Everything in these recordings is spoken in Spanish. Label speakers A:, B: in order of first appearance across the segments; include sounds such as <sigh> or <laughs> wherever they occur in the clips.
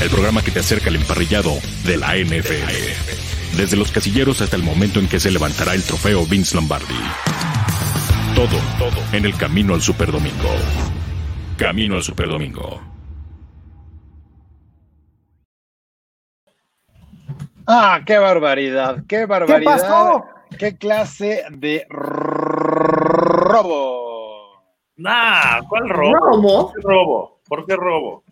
A: el programa que te acerca al emparrillado de la NFL. Desde los casilleros hasta el momento en que se levantará el trofeo Vince Lombardi. Todo, todo en el camino al Superdomingo. Camino al Superdomingo.
B: Ah, qué barbaridad, qué barbaridad.
C: ¿Qué pasó?
B: ¿Qué clase de robo?
D: Nah, ¿cuál
C: ¿Robo?
D: robo? ¿Por qué robo? ¿Por qué robo?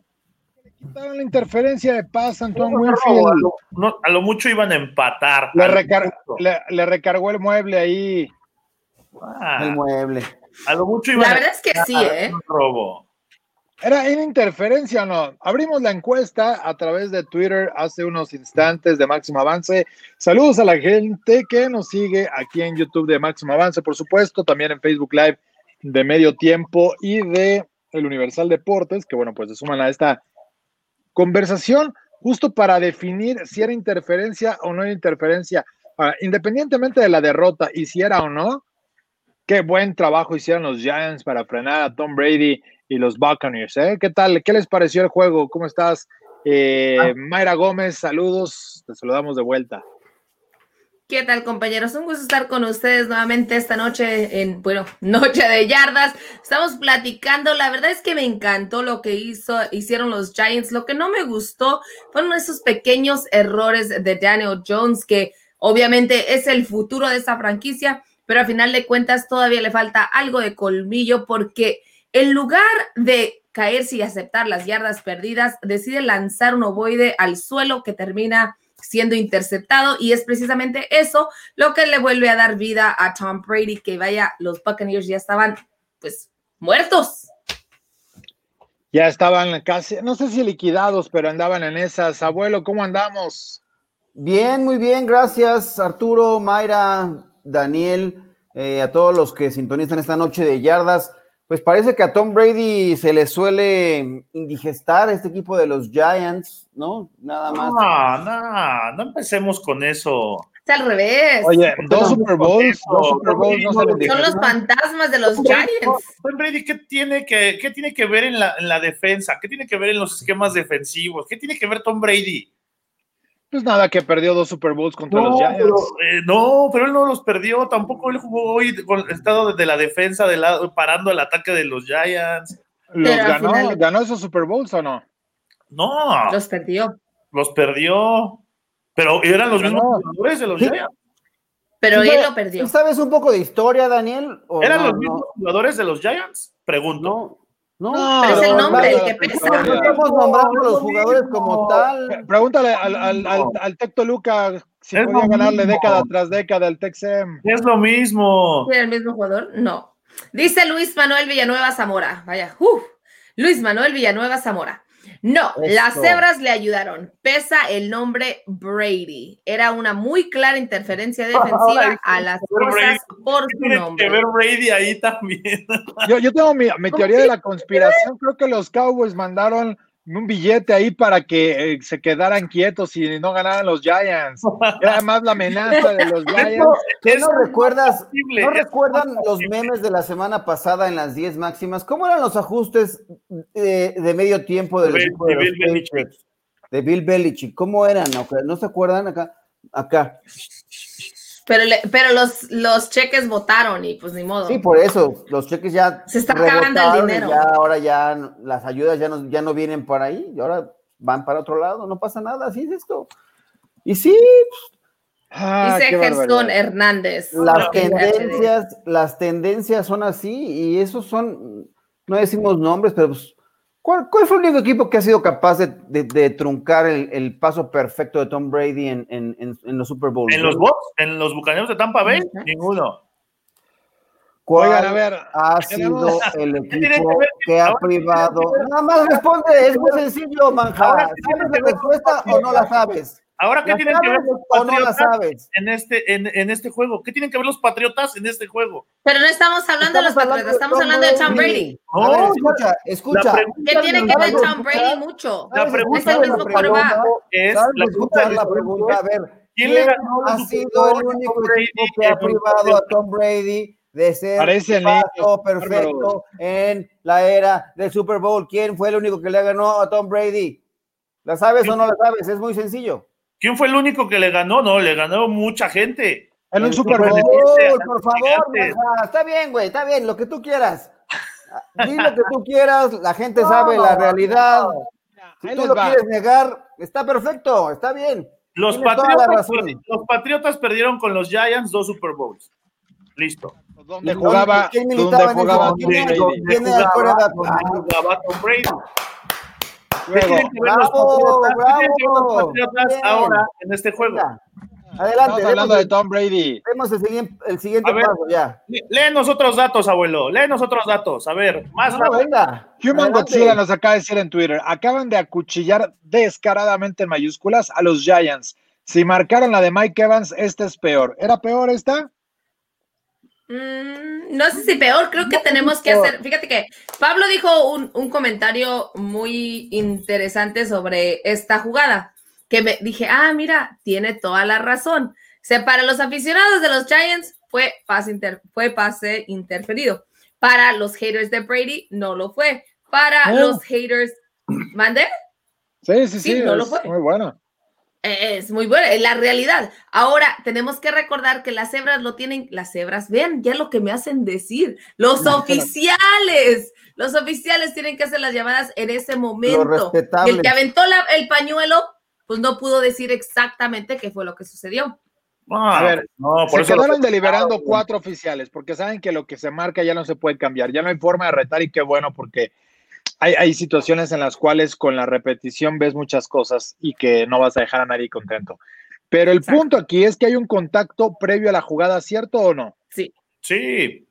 B: Quitaron la interferencia de paz, Antoine
D: ¿Por qué robo? A,
B: Winfield.
D: lo, no, a lo mucho iban a empatar.
B: Le,
D: Al
B: recar-
D: mucho.
B: le- le recargó el mueble ahí.
D: Ah,
C: El mueble.
D: a lo mucho iban
E: La
D: a
E: verdad es que sí, ¿eh?
D: Un robo.
B: ¿Era en interferencia o no? Abrimos la encuesta a través de Twitter hace unos instantes de Máximo Avance. Saludos a la gente que nos sigue aquí en YouTube de Máximo Avance, por supuesto, también en Facebook Live de Medio Tiempo y de El Universal Deportes, que bueno, pues se suman a esta conversación justo para definir si era interferencia o no era interferencia. Ahora, independientemente de la derrota y si era o no, qué buen trabajo hicieron los Giants para frenar a Tom Brady y los Buccaneers. ¿eh? ¿Qué tal? ¿Qué les pareció el juego? ¿Cómo estás? Eh,
E: Ah.
B: Mayra Gómez, saludos, te saludamos de vuelta.
E: ¿Qué tal, compañeros? Un gusto estar con ustedes nuevamente esta noche en, bueno, <laughs> Noche de Yardas. Estamos platicando. La verdad es que me encantó lo que hizo, hicieron los Giants. Lo que no me gustó fueron esos pequeños errores de Daniel Jones, que obviamente es el futuro de esta franquicia, pero al final de cuentas todavía le falta algo de colmillo porque en lugar de caerse y aceptar las yardas perdidas, decide lanzar un ovoide al suelo que termina siendo interceptado y es precisamente eso lo que le vuelve a dar vida a Tom Brady, que vaya, los Buccaneers ya estaban pues muertos.
B: Ya estaban casi, no sé si liquidados, pero andaban en esas. Abuelo, ¿cómo andamos?
C: Bien, muy bien, gracias Arturo, Mayra, Daniel, eh, a todos los que sintonizan esta noche de yardas. Pues parece que a Tom Brady se le suele indigestar este equipo de los Giants, ¿no? Nada más.
D: No, no, no empecemos con eso.
E: Es al revés.
B: Oye, dos
D: no?
B: Super
E: pues,
B: Bowls, dos
D: Eso,
B: Super Bowls no se
D: son
B: les
D: los
E: Son los
B: dijeron.
E: fantasmas de los
D: No,
E: Giants.
D: Tom Brady, ¿qué tiene que, qué tiene que ver en la, en la defensa? ¿Qué tiene que ver en los esquemas defensivos? ¿Qué tiene que ver Tom Brady?
B: Pues nada, que perdió dos Super Bowls contra los Giants.
D: pero, eh, no, pero él no los perdió. Tampoco él jugó hoy con el estado de la defensa, de lado, parando el ataque de los Giants.
B: ¿Los
E: Pero al
B: ganó,
E: final-
B: ganó esos Super Bowls o no?
D: No, los,
E: Los perdió.
D: perdió. Pero eran los
B: Pero
D: mismos
B: no.
D: jugadores de los
C: Sí.
D: Giants.
E: Pero
C: ¿Tú
E: él
C: sabes-
E: lo perdió.
C: ¿Tú sabes un poco de historia, Daniel? ¿O
D: ¿Eran
C: no,
D: los mismos jugadores de los Giants? Pregunto.
C: No,
B: No,
C: no, no.
E: Pero es el
B: pero
E: nombre el
B: no,
E: que
B: no,
E: pesa.
C: No estamos nombrando a los jugadores como
B: Pre-
C: tal.
B: Pregúntale al, al, al, al Tecto Luca si
D: Es lo
B: podía ganarle
D: mismo.
B: década tras década al Texem.
D: Es lo mismo.
E: ¿Era el mismo jugador? No. Dice Luis Manuel Villanueva Zamora. Vaya, uf. Luis Manuel Villanueva Zamora. No,
C: Eso.
E: las cebras le ayudaron. Pesa el nombre Brady. Era una muy
D: <laughs>
E: clara interferencia defensiva a las cosas por
D: ¿Qué
E: su
D: tiene que ver
E: nombre.
D: Brady ahí también?
B: Yo, yo tengo mi, mi teoría de la conspiración. Creo que los Cowboys mandaron un billete ahí para que eh, se quedaran quietos y no ganaran los Giants. Era más la amenaza de
E: <laughs>
B: los Giants.
C: ¿Qué
D: <laughs> Eso
C: no recuerdas?
D: posible.
C: ¿No
D: Es
C: recuerdan los
D: posible.
C: memes de la semana pasada en las 10 máximas? ¿Cómo eran los ajustes eh, de medio tiempo del
D: De Bill-
C: equipo de
D: de
C: los
D: Bill Belichick.
C: Patriots? De Bill Belichick. ¿Cómo eran? Ok, ¿No se acuerdan acá? Acá.
E: Pero, le- pero los, los cheques votaron y pues ni modo.
C: Sí, por eso. Los cheques ya
E: Se está acabando el
C: rebotaron y
E: dinero.
C: Ya, ahora ya n- las ayudas ya no, ya no vienen para ahí. Y ahora van para otro lado. No pasa nada. Así es esto. Y sí,
B: Ah,
E: Dice
B: qué
E: Gerson
B: barbaridad.
E: Hernández.
C: las
E: No, HD.
C: tendencias, las tendencias son así y esos son, no decimos nombres, pero pues, ¿cuál, cuál fue el único equipo que ha sido capaz de, de- de truncar el, el paso perfecto de Tom Brady en, en- en- en los Super Bowls?
D: En los bots, en los bucaneros de Tampa Bay,
E: Ujú.
D: ninguno.
C: ¿Cuál
B: Oigan, a ver,
C: ha
B: tenemos-
C: sido el
D: tiene que
C: equipo
D: ver?
C: que ha
D: Ahora,
C: privado?
D: ¿qué tiene que ver?
C: Nada más responde, es muy sencillo,
D: Ahora,
C: manja.
D: ¿qué tiene
C: ¿Sabes
D: que
C: la
D: ver?
C: respuesta o no la sabes?
D: Ahora, ¿qué
C: ¿La
D: tienen que ver
C: sabes
D: los
C: o no la
D: patriotas
C: sabes?
D: en este, en, en este juego? ¿Qué tienen que ver los patriotas en este juego?
E: Pero no estamos hablando de los patriotas, estamos hablando de Tom Brady.
C: A ver,
D: No,
C: escucha, escucha.
D: pregunta
E: ¿Qué tiene que ver
C: Vamos a
E: Tom Brady
C: escuchar.
E: mucho?
D: La
C: ¿Sabes
D: pregunta
C: escuchar
E: es el
C: la
E: mismo quarterback.
C: pregunta?
D: Es
C: ¿Sabes
D: la pregunta
C: escuchar
D: del
C: la
D: Super Bowl?
C: pregunta? A ver,
D: ¿Quién le ganó la
C: ha
D: Super
C: sido
D: Bowl
C: el
D: a Tom
C: único
D: Brady
C: equipo que ha
D: en los
C: privado a
D: playoffs?
C: Tom Brady de ser
B: Parece
C: el paso
B: niño,
C: perfecto en la era del Super Bowl? ¿Quién fue el único que le ganó a Tom Brady? ¿La sabes o no la sabes? Es muy sencillo.
D: ¿Quién fue el único que le ganó? No, le ganó mucha gente.
B: En un
D: El
B: Super
D: Super
B: Bowl.
D: Bowl. Gigantes,
C: Gol, por favor,
D: gigantes.
C: Maja. está bien, güey, está bien, lo que tú quieras. Ah, Di lo que tú quieras, la
D: <laughs>
C: gente sabe la realidad. Si
B: Ahí
C: tú
B: les
C: lo
B: va.
C: quieres negar, está perfecto, está bien.
D: Los
C: Tienes toda la
D: patriotas,
C: razón.
D: perdi- los Patriotas perdieron con los Giants dos Super Bowls. Listo.
B: ¿Dónde
C: ¿Y
B: jugaba?
C: quién
B: ¿Dónde
C: militaba en ese
B: jugaba?
C: equipo?
B: Tom Brady?
C: ¿Dónde? Tiene
D: jugaba-
C: la cuerda-
D: donde jugaba Tom Brady. ¿Qué
B: Luego,
D: tienen que ver los
C: Bravo,
D: Patriotas? ¿Qué tienen que ver los
C: bravo.
D: Patriotas
C: Bien.
D: ahora en este juego?
C: Venga,
B: estamos
C: Adelante,
B: hablando
C: vemos,
B: de Tom Brady.
C: vemos el siguiente, el siguiente
D: A ver.
C: paso ya.
D: Léenos otros datos, abuelo. Léenos otros datos. A ver, más
C: No, eh. venga.
B: Human
C: adelante.
B: Godzilla nos acaba de decir en Twitter, acaban de acuchillar descaradamente en mayúsculas a los Giants. Si marcaron la de Mike Evans, esta es peor. ¿Era peor esta?
E: Mm, no sé si peor, creo que tenemos que hacer. Fíjate que Pablo dijo un, un comentario muy interesante sobre esta jugada, que me dije, ah, mira, tiene toda la razón. O sea, para los aficionados de los Giants fue pase, inter- fue pase interferido. Para los haters de Brady no lo fue. Para
B: No.
E: los haters, ¿mande?
B: Sí, sí, sí.
E: Sí, no lo
B: es
E: fue.
B: Muy buena.
E: Eh, Es muy buena, es la realidad. Ahora, tenemos que recordar que las cebras lo tienen, las cebras, vean ya lo que me hacen decir, los
B: No,
E: oficiales, los oficiales tienen que hacer las llamadas en ese momento. Y
C: respetables.
E: El que aventó la- el pañuelo, pues no pudo decir exactamente qué fue lo que sucedió.
D: Ah,
B: A ver,
D: no,
B: Se
D: por eso
B: quedaron
D: los-
B: deliberando cuatro oficiales porque saben que lo que se marca ya no se puede cambiar, ya no hay forma de retar y qué bueno porque hay, hay situaciones en las cuales con la repetición ves muchas cosas y que no vas a dejar a nadie contento. Pero el
E: Exacto.
B: punto aquí es que hay un contacto previo a la jugada, ¿cierto o no?
D: Sí.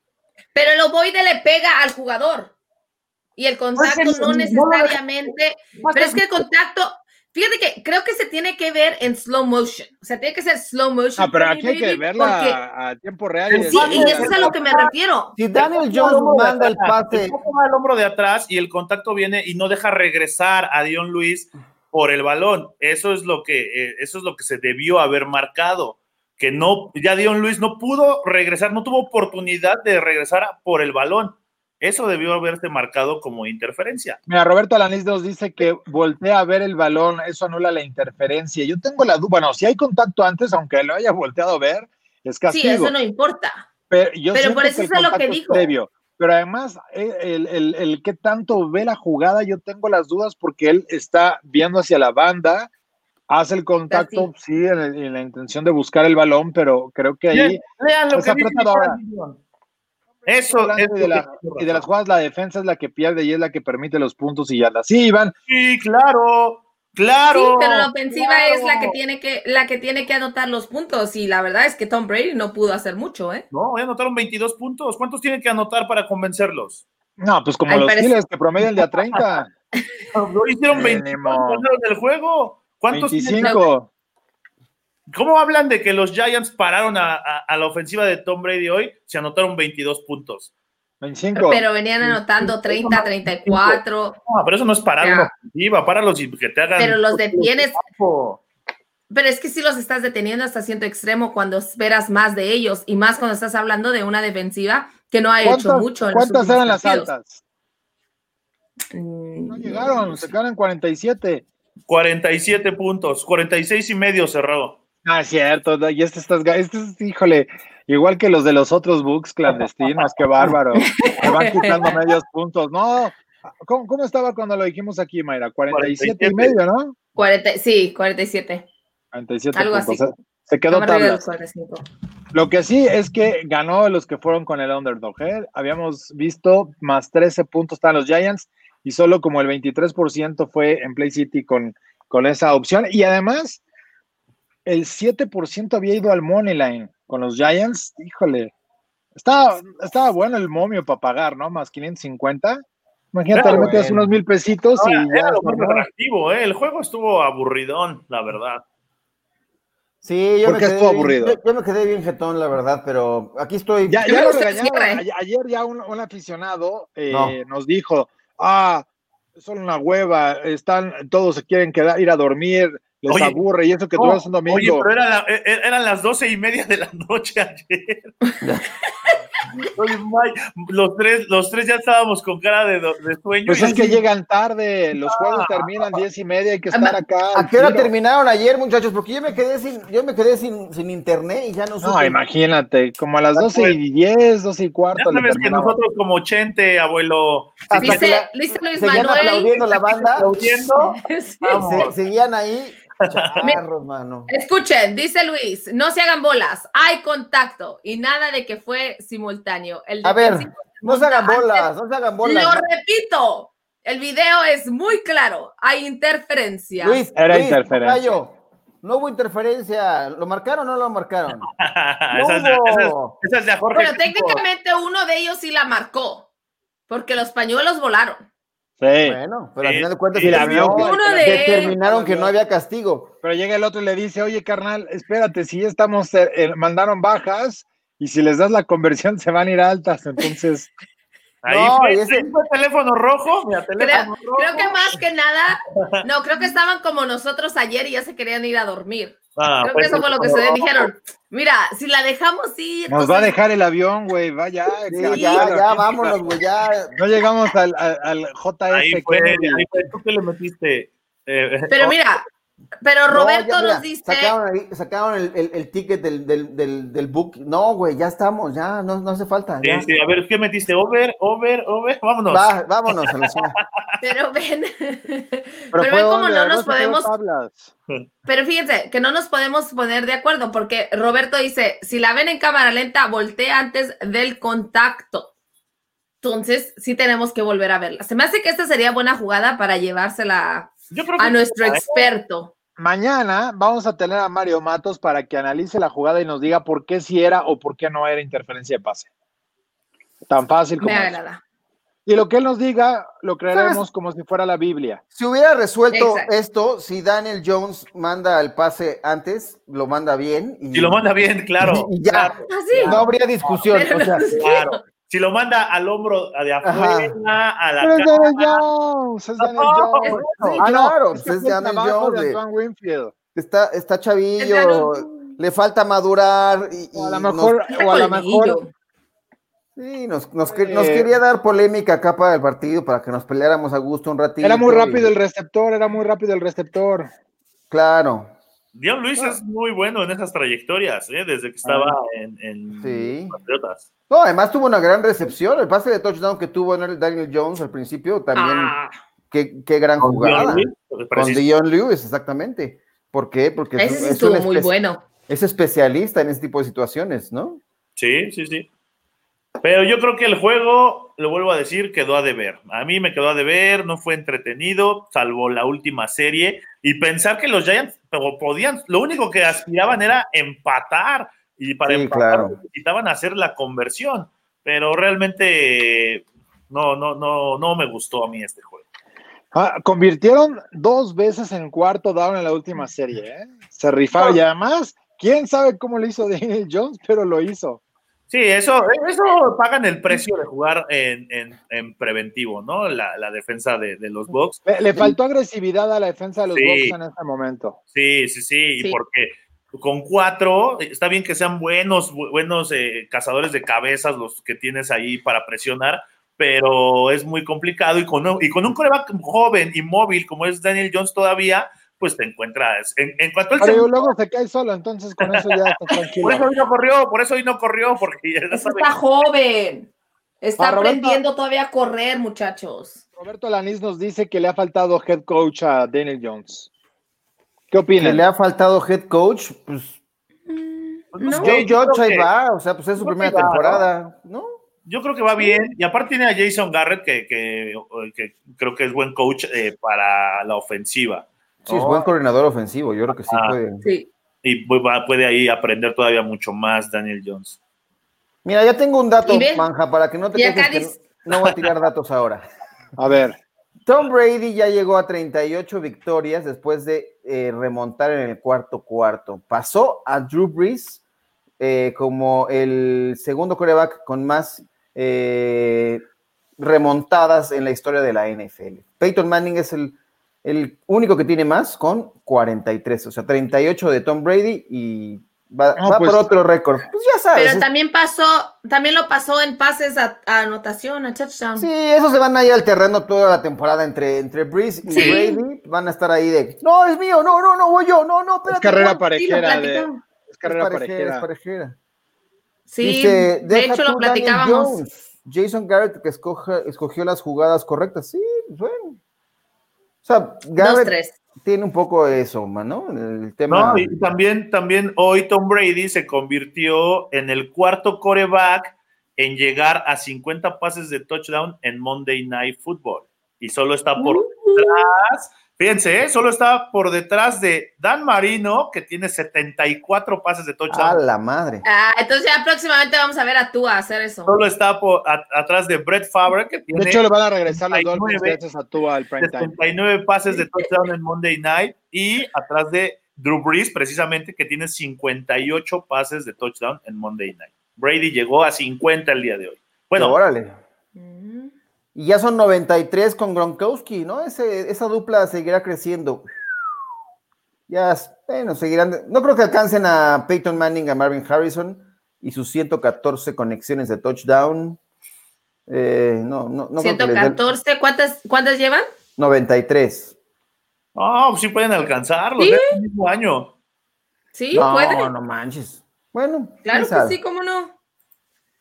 E: Pero el ovoide le pega al jugador y el contacto
D: Pues,
E: no
D: no,
E: necesariamente Pero es que el contacto, fíjate que creo que se tiene que ver en slow motion. O sea, tiene que ser slow motion.
B: Ah, pero
E: for me,
B: aquí hay que
E: baby,
B: verla a, a tiempo real.
E: porque-
B: decir,
E: sí, y
B: mira,
E: eso es a lo que me refiero.
C: Si Daniel
D: El
C: Jones
D: hombro de
C: manda el
D: atrás,
C: pase,
D: El toque va al hombro de atrás y el contacto viene y no deja regresar a Dion Luis por el balón. Eso es lo que, eh, eso es lo que se debió haber marcado. Que no, ya Dion Luis no pudo regresar, no tuvo oportunidad de regresar a- por el balón. Eso debió haberse marcado como interferencia.
B: Mira, Roberto Alaniz nos dice que voltea a ver el balón, eso anula la interferencia. Yo tengo la duda, bueno, si hay contacto antes, aunque lo haya volteado a ver, es
E: Sí,
B: castigo.
E: eso no importa.
B: Pero, yo
E: Pero
B: siento
E: por eso
B: que el
E: es a lo que
B: contacto es
E: dijo.
B: previo. Pero además, eh, el, el, el que tanto ve la jugada, yo tengo las dudas porque él está viendo hacia la banda, hace el contacto, sí, en, el- en la intención de buscar el balón, pero creo que ahí.
D: Bien, lean lo
B: Pues
D: que dice
B: apretado
D: Nicolás
B: ahora.
D: Dion. Eso
B: hablando
D: es
B: de
D: lo
B: la-
D: que-
B: y de las jugadas, la defensa es la que pierde y es la que permite los puntos y yardas. Sí, Iván,
D: Sí, claro, claro.
E: sí, pero la ofensiva es la que
D: claro.
E: tiene que, la que tiene que anotar los puntos. Y la verdad es que Tom Brady no pudo hacer mucho, ¿eh?
D: No, ya anotaron 22 puntos. ¿Cuántos tienen que anotar para convencerlos?
B: No, pues como
E: Al
B: los
E: parecer-
B: Steelers que promedian de a 30,
D: Lo hicieron 22
B: Mínimo.
D: ganaron el juego. ¿Cuántos tienen?
B: 25.
D: ¿Cómo hablan de que los Giants pararon a, a- a la ofensiva de Tom Brady hoy? Se anotaron 22 puntos.
B: 25.
E: Pero venían anotando 30, 34,
D: No, pero eso no es parar
E: Ya.
D: una ofensiva, páralos y que te hagan.
E: pero los detienes.
D: campo.
E: Pero es que si los estás deteniendo hasta cierto extremo cuando esperas más de ellos y más cuando estás hablando de una defensiva que no ha hecho
B: ¿Cuántas,
E: mucho. en los
B: cuántas
E: últimos
B: eran las
E: partidos.
B: altas?
E: Mm,
B: No llegaron, se quedaron en 47.
D: 47 puntos, 46 y medio cerró.
B: Ah, es cierto, da- y este estás, ga- este es, híjole, igual que los de los otros books clandestinos, qué bárbaro. Te van
E: <laughs>
B: quitando medios puntos. No, ¿cómo, cómo estaba cuando lo dijimos aquí, Mayra? 47, y
D: 47.
B: medio, ¿no?
E: 40, sí, 47.
B: 47
E: Algo
B: puntos.
E: así.
B: o sea, Se quedó
E: Estamos arriba de
B: tablas.
E: los 45.
B: Lo que sí es que ganó los que fueron con el underdog. ¿eh? Habíamos visto más 13 puntos están los Giants y solo como el 23% fue en Play City con, con esa opción. Y además, el 7% había ido al Money Line con los Giants. Híjole, estaba, estaba bueno el momio para pagar, ¿no? Más 550. Imagínate,
D: Claro,
B: le metes
C: bueno.
B: unos mil pesitos
D: Ahora,
B: y ya.
D: era lo más
B: ¿no?
D: atractivo, ¿eh? El juego estuvo aburridón, la verdad.
C: sí, yo
B: ¿Por
C: me
B: qué
C: quedé
B: estuvo
C: bien-
B: aburrido?
C: yo- yo me quedé bien jetón, la verdad, pero aquí estoy.
B: Ya,
E: Yo
B: ya
E: creo
B: lo
E: que se
B: regañaron.
E: cierra, ¿eh?
B: Ay- Ayer ya un, un aficionado eh,
C: No.
B: nos dijo, ah, son una hueva, están, todos se quieren quedar, ir a dormir, les
D: Oye,
B: aburre, y eso que
D: no,
B: tú un domingo.
E: <laughs>
D: Oye, pero era la- e- e- eran las 12 y media de la noche ayer. Oye, Mike, los, tres, los tres ya estábamos con cara de, de sueño.
B: Pues
D: y
B: es que
D: así-
B: llegan tarde, los juegos terminan diez y media, hay que
E: Ah,
B: estar acá.
C: ¿A qué hora
B: Tiro.
C: terminaron ayer, muchachos? Porque yo me quedé sin, yo me quedé sin, sin internet y ya no supe.
B: No, imagínate, como a las doce y diez, doce y
D: Ya
B: cuarto. le
D: sabes que
B: terminaban.
D: nosotros como 80, abuelo.
C: Hasta
D: sí,
C: que
E: Dice,
C: la-
E: dice Luis
C: seguían
E: Manuel.
C: aplaudiendo la banda.
D: aplaudiendo.
E: Sí.
C: Se- seguían ahí. Charros, mano.
E: Escuchen, dice Luis, no se hagan bolas, hay contacto y nada de que fue simultáneo. El
C: A ver,
E: defensivo
C: No se hagan
E: antes-
C: bolas, no se hagan bolas.
E: Lo repito, el video es muy claro, hay interferencia.
C: Luis,
B: Era
C: Luis,
B: interferencia.
C: Tocayo, no hubo interferencia. ¿Lo marcaron o no lo marcaron?
D: <laughs> esa, Ah, es de, esa es-
C: hubo.
D: esa es de Jorge.
E: bueno,
D: Campos.
E: técnicamente uno de ellos sí la marcó, porque los pañuelos volaron.
B: Sí,
C: Bueno, pero al
D: Eh,
C: final de cuentas
D: y la
B: vio.
C: determinaron que-
E: pues, Uno de ellos.
C: determinaron que no había castigo.
B: pero llega el otro y le dice, oye, carnal, espérate, si ya estamos, eh, eh, mandaron bajas y si les das la conversión se van a ir altas, entonces...
D: Ahí
C: No,
D: fue,
C: y ese-
D: ahí fue teléfono rojo. Mira,
E: Creo,
D: teléfono rojo.
E: creo que más que nada, no, creo que estaban como nosotros ayer y ya se querían ir a dormir.
D: Ah,
E: Creo que
D: pues,
E: eso fue lo que se dijeron. Mira, si la dejamos ir,
B: Nos va a
E: entonces-
B: dejar el avión, güey, vaya.
C: Sí,
B: cabrón.
C: ya, ya, vámonos, güey, ya.
B: No llegamos al, al, al JF.
D: Ahí fue,
B: Kennedy.
D: ahí fue. ¿Tú qué le metiste? Eh,
E: Pero mira, pero Roberto
C: No, ya, mira,
E: nos dice,
C: Sacaron, ahí- sacaron el, el- el ticket del, del, del, del book. No, güey, ya estamos, ya, no, no hace falta.
D: sí,
C: ya.
D: sí, a ver, ¿qué metiste? Over, over, over. Vámonos.
C: Va, vámonos a la zona.
E: pero <laughs> ven,
B: Pero
E: pero
B: fue
E: ven cómo
B: donde
E: no
B: Rosa
E: nos
B: Isabel
E: podemos
B: Pablas.
E: Pero fíjense que no nos podemos poner de acuerdo porque Roberto dice, si la ven en cámara lenta, voltea antes del contacto. Entonces, sí tenemos que volver a verla. Se me hace que esta sería buena jugada para llevársela
D: Yo creo
E: a
D: que-
E: nuestro
D: ¿eh?
E: experto.
B: Mañana vamos a tener a Mario Matos para que analice la jugada y nos diga por qué si era o por qué no era interferencia de pase. Tan fácil como
E: Me
B: eso.
E: agrada.
B: Y lo que él nos diga, lo creeremos como si fuera la Biblia.
C: Si hubiera resuelto
E: Exacto.
C: esto, si Daniel Jones manda el pase antes, lo manda bien. Y,
D: Si lo manda bien,
C: <laughs>
D: claro.
C: y ya.
D: claro,
E: Así.
C: No habría discusión.
E: Ah, Pero
C: o sea,
E: no sé.
D: claro.
E: <laughs>
D: Si lo manda al hombro de afuera, a la
B: Pero es
D: cara.
B: Daniel Jones, es Daniel Jones.
E: Sí,
C: ah, no, claro,
B: es
C: pues
B: que
C: es
B: fue el
C: Daniel
B: trabajo
C: Jones,
B: de
C: güey.
B: Antoine Winfield.
C: está, está
E: Es Daniel
C: chavillo,
E: Jones.
C: le falta madurar. Y,
B: O a
C: y
B: lo
C: nos-
B: mejor,
E: Está
B: o a lo
E: colmillo.
B: mejor,
C: sí, nos, nos que- nos
B: Eh.
C: quería dar polémica acá para el partido, para que nos peleáramos a gusto un ratito.
B: era muy
C: y-
B: rápido el receptor, era muy rápido el receptor.
C: Claro,
D: Dion Luis es muy bueno en esas trayectorias, ¿eh? desde que estaba en, en
C: Ah. sí.
D: Patriotas.
C: No, además tuvo una gran recepción. El pase de touchdown que tuvo en el Daniel Jones al principio también.
E: Ah,
C: Qué, qué gran
D: Con
C: jugada.
D: Dion Lewis,
C: Con
D: preciso.
C: Dion Lewis, exactamente. ¿Por qué? Porque
E: ese sí
C: un
E: estuvo muy
C: espe-
E: bueno.
C: es especialista en ese tipo de situaciones, ¿no?
D: Sí, sí, sí. Pero yo creo que el juego, lo vuelvo a decir, quedó a deber. A mí me quedó a deber, no fue entretenido, salvo la última serie. Y pensar que los Giants pero podían, lo único que aspiraban era empatar. Y para
C: Sí,
D: empatar
C: claro.
D: necesitaban hacer la conversión. Pero realmente no, no, no, no me gustó a mí este juego.
B: Ah, convirtieron dos veces en cuarto down en la última serie. ¿eh? Se rifaron y además, quién sabe cómo lo hizo Daniel Jones, pero lo hizo.
D: Sí, eso, eso pagan el precio de jugar en, en- en preventivo, ¿no? La, la defensa de, de los Bucks.
B: Le, le faltó agresividad a la defensa de los
D: Sí.
B: Bucks en este momento.
D: Sí, sí, sí,
E: Sí.
D: y porque con cuatro, eh, está bien que sean buenos, bu- buenos eh, cazadores de cabezas los que tienes ahí para presionar, pero es muy complicado y con, un- y con un coreback joven y móvil como es Daniel Jones todavía, pues te encuentras. En, en cuanto él
B: Pero
D: se...
B: luego se cae solo, entonces con eso ya está
D: Por eso
B: tranquilo.
D: hoy no corrió, por eso hoy no corrió, porque ya
E: Es que
D: sabe-
E: está joven. Está
B: Ah, Roberto.
E: aprendiendo todavía a correr, muchachos.
B: Roberto Lanís nos dice que le ha faltado head coach a Daniel Jones. ¿Qué
C: Que le
B: opinan?
C: ha faltado head coach, pues
E: Mm, No.
D: Yo-
C: Jay George
D: creo
C: ahí
D: que-
C: va, o sea, pues es su
D: creo que
C: primera
D: va, ¿no?
C: temporada, ¿no?
D: Yo creo que va bien. Y aparte tiene a Jason Garrett, que, que- eh, que creo que es buen coach eh, para la ofensiva.
C: Sí, es
D: Oh.
C: buen coordinador ofensivo, yo creo que sí
D: Ah.
C: puede.
E: Sí.
D: Y pu- va- puede ahí aprender todavía mucho más Daniel Jones.
C: Mira, ya tengo un dato,
E: Y ve-
C: Manja, para que no te
E: y acá
C: quejes que
E: dice-
C: no, no voy a tirar datos ahora.
B: A ver,
C: Tom Brady ya llegó a 38 victorias después de eh, remontar en el cuarto cuarto. Pasó a Drew Brees eh, como el segundo coreback con más eh, remontadas en la historia de la NFL. Peyton Manning es el, el único que tiene más con 43, o sea, 38 de Tom Brady y Va,
B: No,
C: va
B: pues-
C: por otro récord. Pues ya sabes.
E: Pero
C: es-
E: también pasó, también lo pasó en pases a, a anotación, a touchdown.
C: Sí, esos se van a ir al terreno toda la temporada entre, entre Breeze y
E: Sí.
C: Brady. Van a estar ahí de, no, es mío, no, no, no, voy yo, no, no,
B: Es
C: espérate.
B: carrera
C: no".
B: parejera. de-
E: platicamos.
B: es carrera
C: Es parejera,
B: parejera.
C: es parejera.
E: Sí,
C: Dice,
E: de
C: "Deja
E: hecho
C: tú
E: lo
C: Daniel
E: platicábamos.
C: Jones, Jason Garrett que escoja- escogió las jugadas correctas. Sí, pues bueno. O sea,
E: Dos,
C: Garrett
E: tres.
C: tiene un poco eso, man, ¿no? El tema.
D: No, y también, también hoy Tom Brady se convirtió en el cuarto coreback en llegar a 50 pases de touchdown en Monday Night Football. Y solo está por
B: Uh.
D: detrás, fíjense, ¿eh? solo está por detrás de Dan Marino, que tiene 74 pases de
C: a
D: touchdown.
C: la madre.
E: Ah, entonces ya próximamente vamos a ver a Tua hacer eso.
D: Solo está por, a- atrás de Brett Favre, que tiene
B: De hecho, le van a regresar los
D: 39.
B: Dolphins gracias a Tua al prime time.
D: 79 pases de touchdown en Monday Night y atrás de Drew Brees, precisamente, que tiene 58 pases de touchdown en Monday Night. Brady llegó a 50 el día de hoy. Bueno,
C: órale.
E: Mm.
C: Y ya son 93 con Gronkowski, ¿no? Ese, esa dupla seguirá creciendo. Ya, es- bueno, seguirán. No creo que alcancen a Peyton Manning, a Marvin Harrison y sus 114 conexiones de touchdown. Eh, no, no, no creo que les den
E: 114, ¿cuántas, ¿cuántas llevan?
C: 93.
D: no, pues sí pueden alcanzarlo.
E: Sí.
D: ¿eh? El mismo año.
E: Sí,
C: no,
E: puede.
C: no manches. Bueno, quién
E: Claro que
C: sabe.
E: sí, ¿cómo no?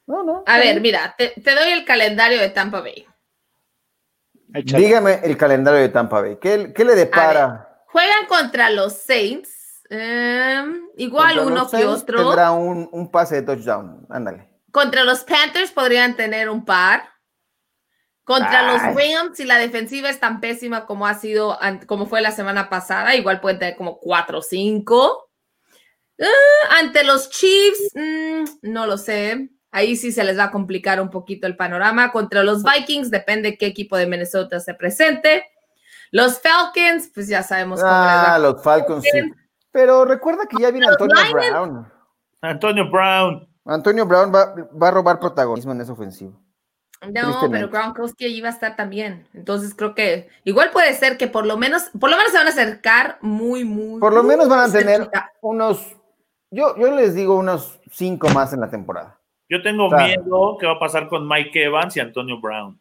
C: No, no, está
E: A ver,
C: bien.
E: mira, te, te doy el calendario de Tampa Bay.
B: Échale.
C: dígame el calendario de Tampa Bay. ¿Qué, qué le depara?
E: Juegan contra los Saints, eh, igual
C: Contra
E: uno
C: los
E: que
C: Saints
E: otro.
C: Tendrá un, un pase de touchdown. Ándale.
E: Contra los Panthers podrían tener un par. Contra
C: Ay.
E: los Rams, si la defensiva es tan pésima como ha sido, an- como fue la semana pasada, igual pueden tener como 4 o 5. ante los Chiefs, mm, no lo sé. Ahí sí se les va a complicar un poquito el panorama. Contra los Vikings, depende qué equipo de Minnesota se presente. Los Falcons, pues ya sabemos cómo les va.
C: Ah, los Falcons sí. Pero recuerda que ya viene Antonio Brown.
D: Antonio Brown.
C: Antonio Brown va, va a robar protagonismo en esa ofensiva.
E: No,
C: Tristemente.
E: pero Gronkowski allí va a estar también. Entonces creo que igual puede ser que por lo menos, por lo menos se van a acercar muy, muy.
C: Por lo
E: muy
C: menos van a tener
E: cerquita.
C: unos, yo, yo les digo unos cinco más en la temporada.
D: Yo tengo
C: Claro.
D: miedo que va a pasar con Mike Evans y Antonio Brown.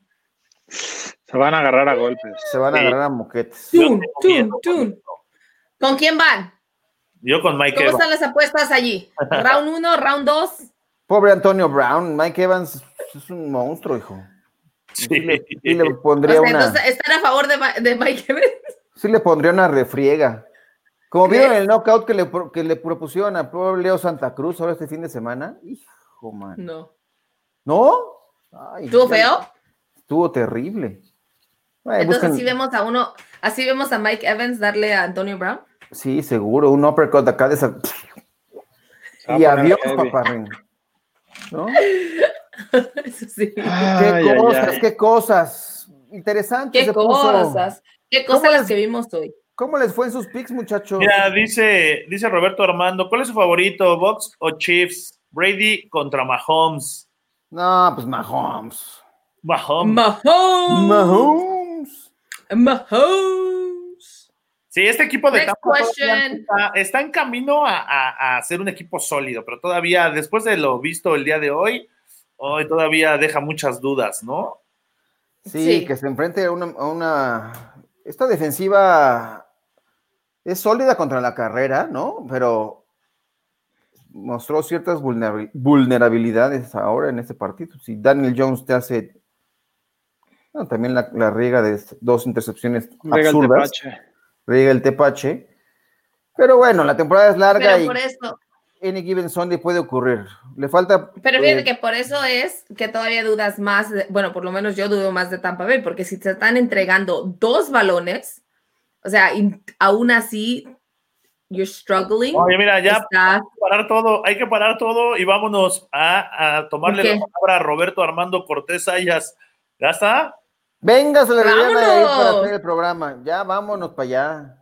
B: Se van a agarrar a golpes.
C: Se van a
D: Sí.
C: agarrar a moquetes.
D: Yo
E: Tun,
D: tengo
E: tun,
D: miedo con
E: tun.
D: eso.
E: ¿Con quién van?
D: Yo con Mike
E: ¿Cómo
D: Evans.
E: están las apuestas allí? ¿Round 1, round 2?
C: Pobre Antonio Brown, Mike Evans es un monstruo, hijo.
D: Sí.
C: Y le pondría una,
E: entonces, eh, ¿están a favor de, Ma- de Mike
C: <laughs>
E: Evans?
C: sí le pondría una refriega. Como
E: ¿Crees?
C: vieron el knockout que le, pro- que le propusieron a pobre Leo Santa Cruz ahora este fin de semana. Hijo, man.
E: No.
C: ¿No? Ay,
E: ¿Estuvo
C: ya-
E: feo?
C: Estuvo terrible. Ay,
E: Entonces
C: buscan-
E: así vemos a uno, así vemos a Mike Evans darle a Antonio Brown. <laughs>
C: Sí, seguro, un uppercut acá de esa.
B: Se va a
C: Y
B: poner
C: adiós,
B: Ah, heavy.
C: paparrín. ¿No?
E: Eso sí.
C: qué
B: Ay, ay,
C: cosas,
B: ay.
C: qué cosas. Interesante.
E: Qué
C: se puso.
E: cosas. Qué
C: ¿Cómo
E: cosas las
C: les-
E: que vimos hoy.
C: ¿Cómo les fue en sus picks, muchachos?
D: Mira, dice, dice Roberto Armando, ¿cuál es su favorito, Box o Chiefs? Brady contra Mahomes.
C: No, pues Mahomes.
D: Mahomes.
E: Mahomes.
C: Mahomes.
E: Mahomes.
D: sí, este equipo de
E: Next
D: Tampa todavía
E: question.
D: no está, está en camino a, a- a ser un equipo sólido, pero todavía, después de lo visto el día de hoy, hoy todavía deja muchas dudas, ¿no?
C: Sí,
E: Sí.
C: que se enfrente a una, a una- Esta defensiva es sólida contra la carrera, ¿no? Pero mostró ciertas vulnerabil- vulnerabilidades ahora en este partido. Si Daniel Jones te hace... no, también la, la riega de est- dos intercepciones
B: Llega el
C: absurdas.
B: tepache.
C: riega el tepache. Pero bueno, la temporada es larga
E: Pero
C: y
E: por eso,
C: any given Sunday puede ocurrir. Le falta...
E: Pero
C: eh,
E: fíjate que por eso es que todavía dudas más, de- bueno, por lo menos yo dudo más de Tampa Bay, porque si te están entregando dos balones, o sea, y aún así, you're struggling.
D: Oye, mira, ya
E: estás-
D: hay que parar todo, hay que parar todo y vámonos a, a tomarle
E: ¿Por
D: la
E: qué?
D: palabra a Roberto Armando Cortés Ayas. ¿Ya está?
C: Venga, se le veían ahí para
E: ¡Vámonos!
C: hacer el programa. Ya vámonos para allá.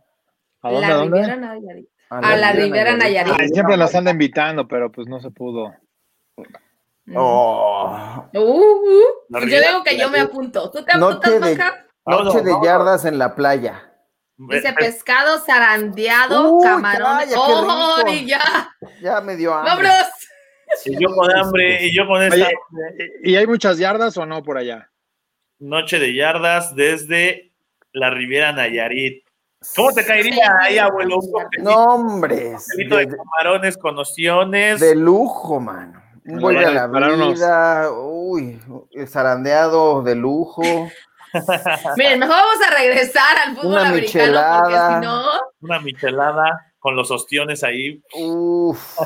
B: ¿A dónde,
E: la
B: a dónde?
E: Riviera Nayarit. A la Rivera Nayarit.
B: Ay, siempre nos anda invitando, pero pues no se pudo.
C: Oh,
E: Uh, uh.
D: La
E: Yo
D: Riviera
E: digo que yo me apunto. ¿Tú te
C: Noche
E: apuntas,
C: de-
E: Maca?
D: No, no,
C: noche de
D: no.
C: yardas en la playa.
D: Eh,
E: Dice pues. pescado zarandeado,
C: Uy,
E: camarón.
C: calla, qué
E: ¡Oh,
C: rico.
E: y ya!
C: Ya me dio hambre.
E: ¡Vámonos!
C: <laughs>
D: Y yo con hambre, y yo con esta
B: Oye, ¿Y hay muchas yardas o no por allá?
D: noche de yardas desde la Riviera Nayarit. ¿Cómo te caería ahí, abuelo? Un coctelito-
C: No, hombre. es
D: un coctelito de
C: de-
D: camarones con opciones.
C: de lujo, mano. Un
B: Nos
C: vuelve
B: van
C: a
B: a
C: la
B: disparar unos-
C: vida. Uy, el zarandeado de lujo.
E: Miren, mejor vamos a regresar al fútbol
C: Una
E: americano
C: michelada.
E: porque si no.
D: Una michelada con los ostiones ahí.
C: Uf.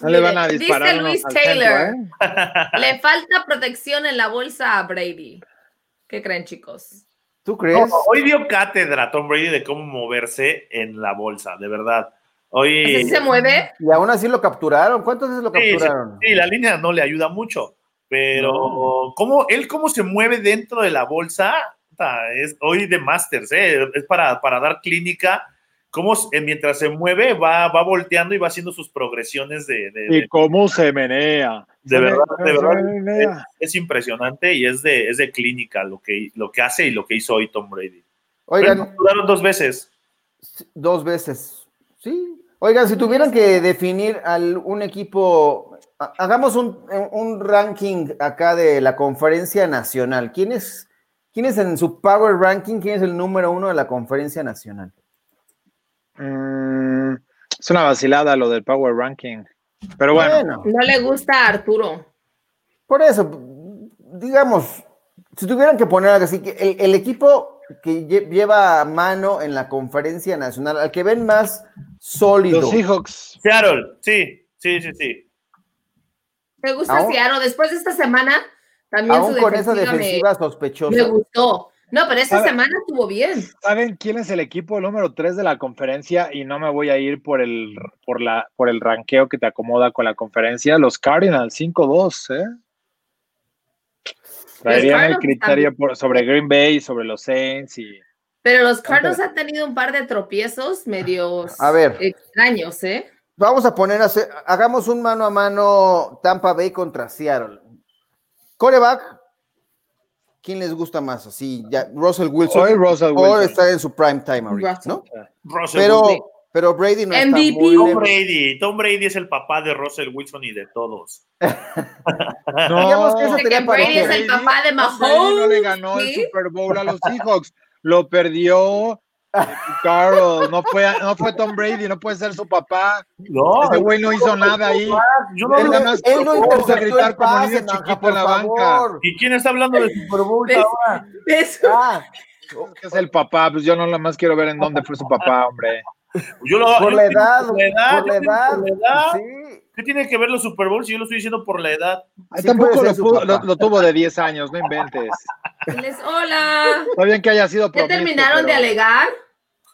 B: No le van a
E: Mire,
B: disparar.
E: dice
B: unos
E: Luis
B: al
E: Taylor.
B: centro, ¿eh?
E: Le falta protección en la bolsa a Brady. ¿Qué creen, chicos?
C: ¿Tú crees?
D: No, hoy dio cátedra Tom Brady de cómo moverse en la bolsa, de verdad. Hoy.
E: ¿Así se mueve?
C: Y aún así lo capturaron. ¿Cuántas veces lo
D: Sí, sí,
C: capturaron?
D: sí, la línea no le ayuda mucho, pero ¿cómo, él cómo se mueve dentro de la bolsa, Puta, es hoy de Masters, ¿eh? es para, para dar clínica, cómo s- eh, mientras se mueve va, va volteando y va haciendo sus progresiones de... de-
B: ¿eh? Y
D: de-
B: cómo se menea.
D: De
B: Se
D: verdad,
B: menea,
D: de
B: se
D: verdad.
B: menea.
D: es impresionante y es de, es de clínica lo que, lo que hace y lo que hizo hoy Tom Brady. Pero lo
C: Oigan,
D: dudaron dos veces.
C: dos veces. Sí. Oigan, si tuvieran que definir al un equipo, ha- hagamos un, un ranking acá de la conferencia nacional. ¿Quién es, ¿Quién es en su power ranking? ¿Quién es el número uno de la conferencia nacional?
B: Mm, es una vacilada lo del Power Ranking. Pero bueno,
E: No le gusta a Arturo.
C: Por eso, digamos, si tuvieran que poner algo así, que el, el equipo que lle- lleva a mano en la conferencia nacional, al que ven más sólido.
B: los Seahawks.
D: Seattle, sí, sí, sí, sí.
E: Me gusta
C: Aún-
E: Seattle. Después de esta semana, también
C: Aún
E: su
C: con esa
E: defensiva me-
C: defensiva
E: me,
C: sospechosa.
E: gustó. No, pero
B: A
E: esta
B: ver.
E: semana estuvo bien.
B: ¿Saben quién es el equipo número 3 de la conferencia? Y no me voy a ir por el, por la, por el ranqueo que te acomoda con la conferencia. Los Cardinals 5-2, ¿eh? Traerían el
E: Cardinals
B: criterio por, sobre Green Bay, sobre los Saints y
E: Pero los Cardinals han tenido un par de tropiezos medios
C: A ver.
E: extraños, ¿eh?
C: Vamos a poner, a hacer- hagamos un mano a mano Tampa Bay contra Seattle. Coreback, ¿quién les gusta más? Así, ya, Russell Wilson.
B: Hoy Russell
C: O
B: Wilson.
C: está en su prime time ahorita, ¿no?
D: Russell Wilson.
C: Pero, pero Brady no
E: MVP.
C: está muy
D: Tom
C: lejos.
D: Brady, Tom Brady es el papá de Russell Wilson y de todos.
C: Digamos que eso
E: Dice
C: tenía
E: que Brady es
C: parecido.
E: el papá de
B: Tom Brady no le
E: Mahomes,
B: ganó el
E: ¿sí?
B: Super Bowl a los Seahawks. Lo perdió Carroll. No fue, no fue Tom Brady, no puede ser su papá.
D: No,
B: Ese güey no hizo nada ahí.
D: Yo no
B: Él
D: lo-
B: nada más
C: Él no
B: Vamos a
C: interceptó
B: gritar
C: el
B: como
C: pase,
B: niño
C: Nanja,
B: chiquito
C: por
B: en la banca.
C: favor.
D: ¿Y quién está hablando de Super Bowl
E: ¿Ves?
D: ahora?
E: Es-
C: Ah,
B: que es el papá, pues yo no nada más quiero ver en dónde fue su papá, hombre.
D: Yo lo-
C: por
D: yo
C: la
D: digo
C: edad,
D: por la edad,
C: por la
D: yo digo
C: edad.
D: por la edad.
C: Sí.
D: ¿Qué tiene que ver los Super Bowl si yo lo estoy diciendo por la edad?
B: Ay,
C: Sí
B: tampoco
C: puede
B: lo,
C: ser su
B: pudo-
C: papá.
B: lo- lo tuvo de 10 años, no inventes.
E: él es- hola.
B: Está bien que haya sido
E: ¿Ya
B: promiscuo,
E: terminaron de
B: pero-
E: alegar?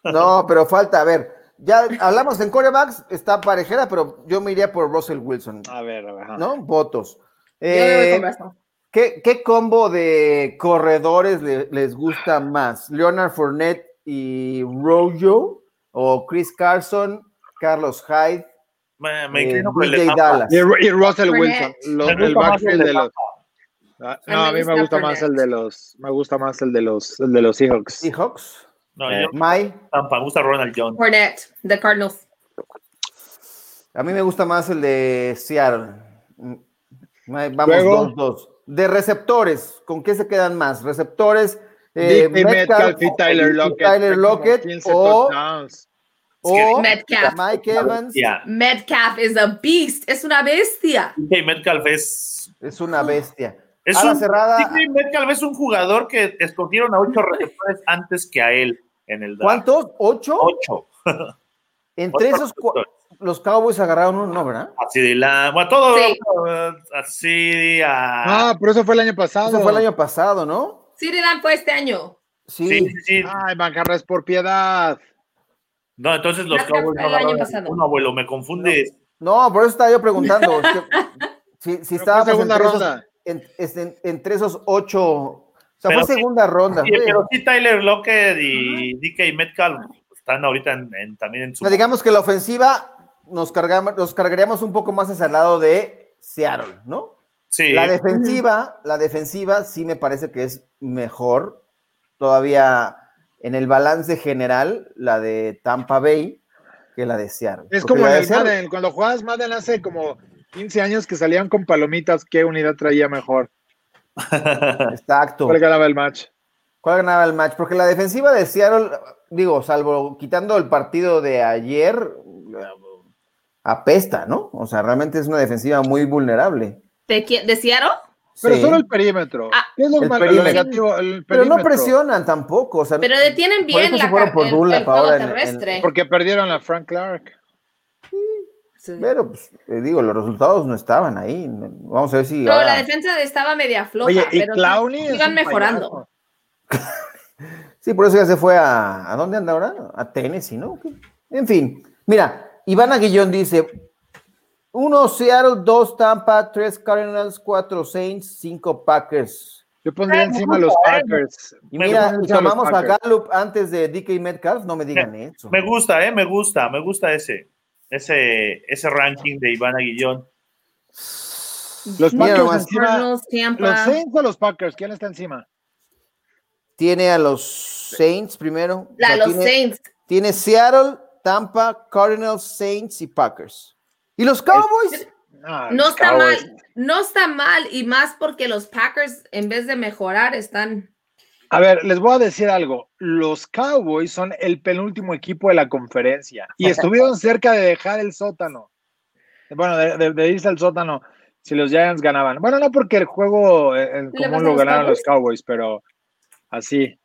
C: No, pero falta, a ver, ya hablamos en corebacks, está parejera, pero yo me iría por Russell Wilson,
B: A ver, a ver, ajá.
C: ¿no? Votos.
E: Yo me voy
C: Eh,
E: con Russell.
C: ¿qué, qué combo de corredores le- les gusta más? ¿Leonard Fournette y Rojo? ¿O Chris Carson, Carlos Hyde?
D: Me, me
C: Eh,
D: inclino por el
C: DJ
D: de Tampa.
C: Dallas.
B: Y, Ru- y Russell Wilson,
E: Fournette.
B: lo-
D: Me gusta
B: el
D: más el
B: backfield
D: de
B: de los. Ah, No, a mí me gusta
E: Fournette.
B: más el de los, me gusta más el de los, el de los Seahawks.
C: ¿Seahawks?
D: No,
B: Eh.
D: yo
C: ¿May?
D: Tampa, me gusta Ronald Jones.
E: Fournette, de Cardinals.
C: A mí me gusta más el de Seattle. Mm, ahí Vamos
B: Luego.
C: dos, dos. De receptores, ¿con qué se quedan más? Receptores. eh,
B: Dickie Metcalf y Tyler
C: y
B: Lockett.
C: Tyler
B: Fue como
C: Lockett
B: 15
C: o,
B: touchdowns.
C: o
E: Metcalf.
C: Mike Evans.
D: Ya.
E: Metcalf is a beast, es una bestia.
D: DJ Metcalf es.
C: Es
B: Ah.
C: una bestia.
D: es
C: Ala
D: un-
C: cerrada.
D: DJ Metcalf es un jugador que escogieron a ocho receptores antes que a él en el draft.
C: ¿Cuántos? ¿Ocho?
D: Ocho.
C: Entre
D: Ocho
C: esos, cua-
D: receptores.
C: los Cowboys agarraron uno, ¿verdad?
D: Así de la. Bueno, todo.
E: Sí.
D: eh, Así. A,
B: Ah, pero eso fue el año pasado.
C: Eso fue el año pasado, ¿no?
E: Siri Dan fue este año.
C: Sí.
D: sí, sí, sí.
B: Ay, Manjarres, por piedad.
D: No, entonces los
E: Creo que
D: Cowboys
E: fue
D: no
E: el año
D: agarraron
E: pasado.
D: ninguno, abuelo, me confundes.
C: No, por eso estaba yo
B: <laughs>
C: preguntando. es que si si
B: Pero fue
C: estábamos
B: segunda
C: pues, entre,
B: ronda.
C: Esos, en- en- entre esos ocho. O sea,
D: Pero
C: fue
D: sí.
C: segunda ronda.
D: Sí,
C: güey.
D: pero sí, Tyler Lockett y DK Metcalf están ahorita en- en- también en su.
C: O sea, digamos que la ofensiva nos, cargamos, nos cargaríamos un poco más hacia el lado de Seattle, ¿no?
D: sí,
C: La defensiva, la defensiva sí me parece que es mejor. Todavía en el balance general la de Tampa Bay que la de Seattle.
B: Es
C: Porque
B: como
C: la
B: en
C: de
B: el
C: Seattle-
B: Madden, cuando jugabas Madden hace como 15 años que salían con palomitas, ¿qué unidad traía mejor?
C: Exacto.
B: ¿Cuál ganaba el match?
C: ¿Cuál ganaba el match? Porque la defensiva de Seattle, digo, salvo quitando el partido de ayer, apesta, ¿no? O sea, realmente es una defensiva muy vulnerable.
E: ¿De, quién? ¿De Seattle?
B: Pero
C: Sí.
B: solo el perímetro.
E: Ah,
B: ¿Qué es lo,
C: el
B: malo, lo
C: perímetro.
B: negativo? El
C: Pero no
B: perímetro.
C: presionan tampoco. O sea,
E: Pero detienen
C: Por eso
E: bien
C: se
E: la
C: fueron
E: car-
C: por
E: el-
C: Dunlap
E: el juego
C: ahora en- en-
E: terrestre.
B: Porque perdieron a Frank Clark.
E: Sí.
C: pero, pues, eh, digo, los resultados no estaban ahí. Vamos a ver si.
E: Pero
C: ahora-
E: la defensa de- estaba media floja.
B: Oye, y
E: pero sí,
B: Clowney. es
E: Iban
B: un
E: mejorando.
B: payaso.
C: Sí, por eso ya se fue a. ¿A dónde anda ahora? A Tennessee, ¿no? ¿Qué? En fin, mira, Ivana Guillón dice: 1 Seattle, 2 Tampa, 3 Cardinals, 4 Saints, 5 Packers.
B: Yo pondría encima a los Packers.
C: Y
D: Me
C: mira,
B: gustan
C: llamamos
B: los
C: a
B: Packers.
C: Gallup antes de DK Metcalf, no me digan eso.
D: Me gusta, eh, me gusta, me gusta ese, ese, ese ranking de Ivana Guillón.
B: Los
C: Mira
B: Packers
C: nomás.
B: encima.
E: Cardinals, Tampa.
B: ¿Los Saints o los Packers? ¿Quién está encima?
C: Tiene a los Saints primero. o
E: La,
C: sea,
E: los
C: tiene,
E: Saints.
C: tiene Seattle, Tampa, Cardinals, Saints y Packers. ¿Y los Cowboys?
B: Ah,
E: No
B: los
E: está
B: Cowboys.
E: mal. No está mal. Y más porque los Packers, en vez de mejorar, están.
B: A ver, les voy a decir algo. Los Cowboys son el penúltimo equipo de la conferencia y estuvieron cerca de dejar el sótano. Bueno, de, de- de irse al sótano si los Giants ganaban. Bueno, no porque el juego eh, en
E: ¿Le vas
B: común
E: a
B: lo
E: los
B: ganaron los Cowboys, pero así.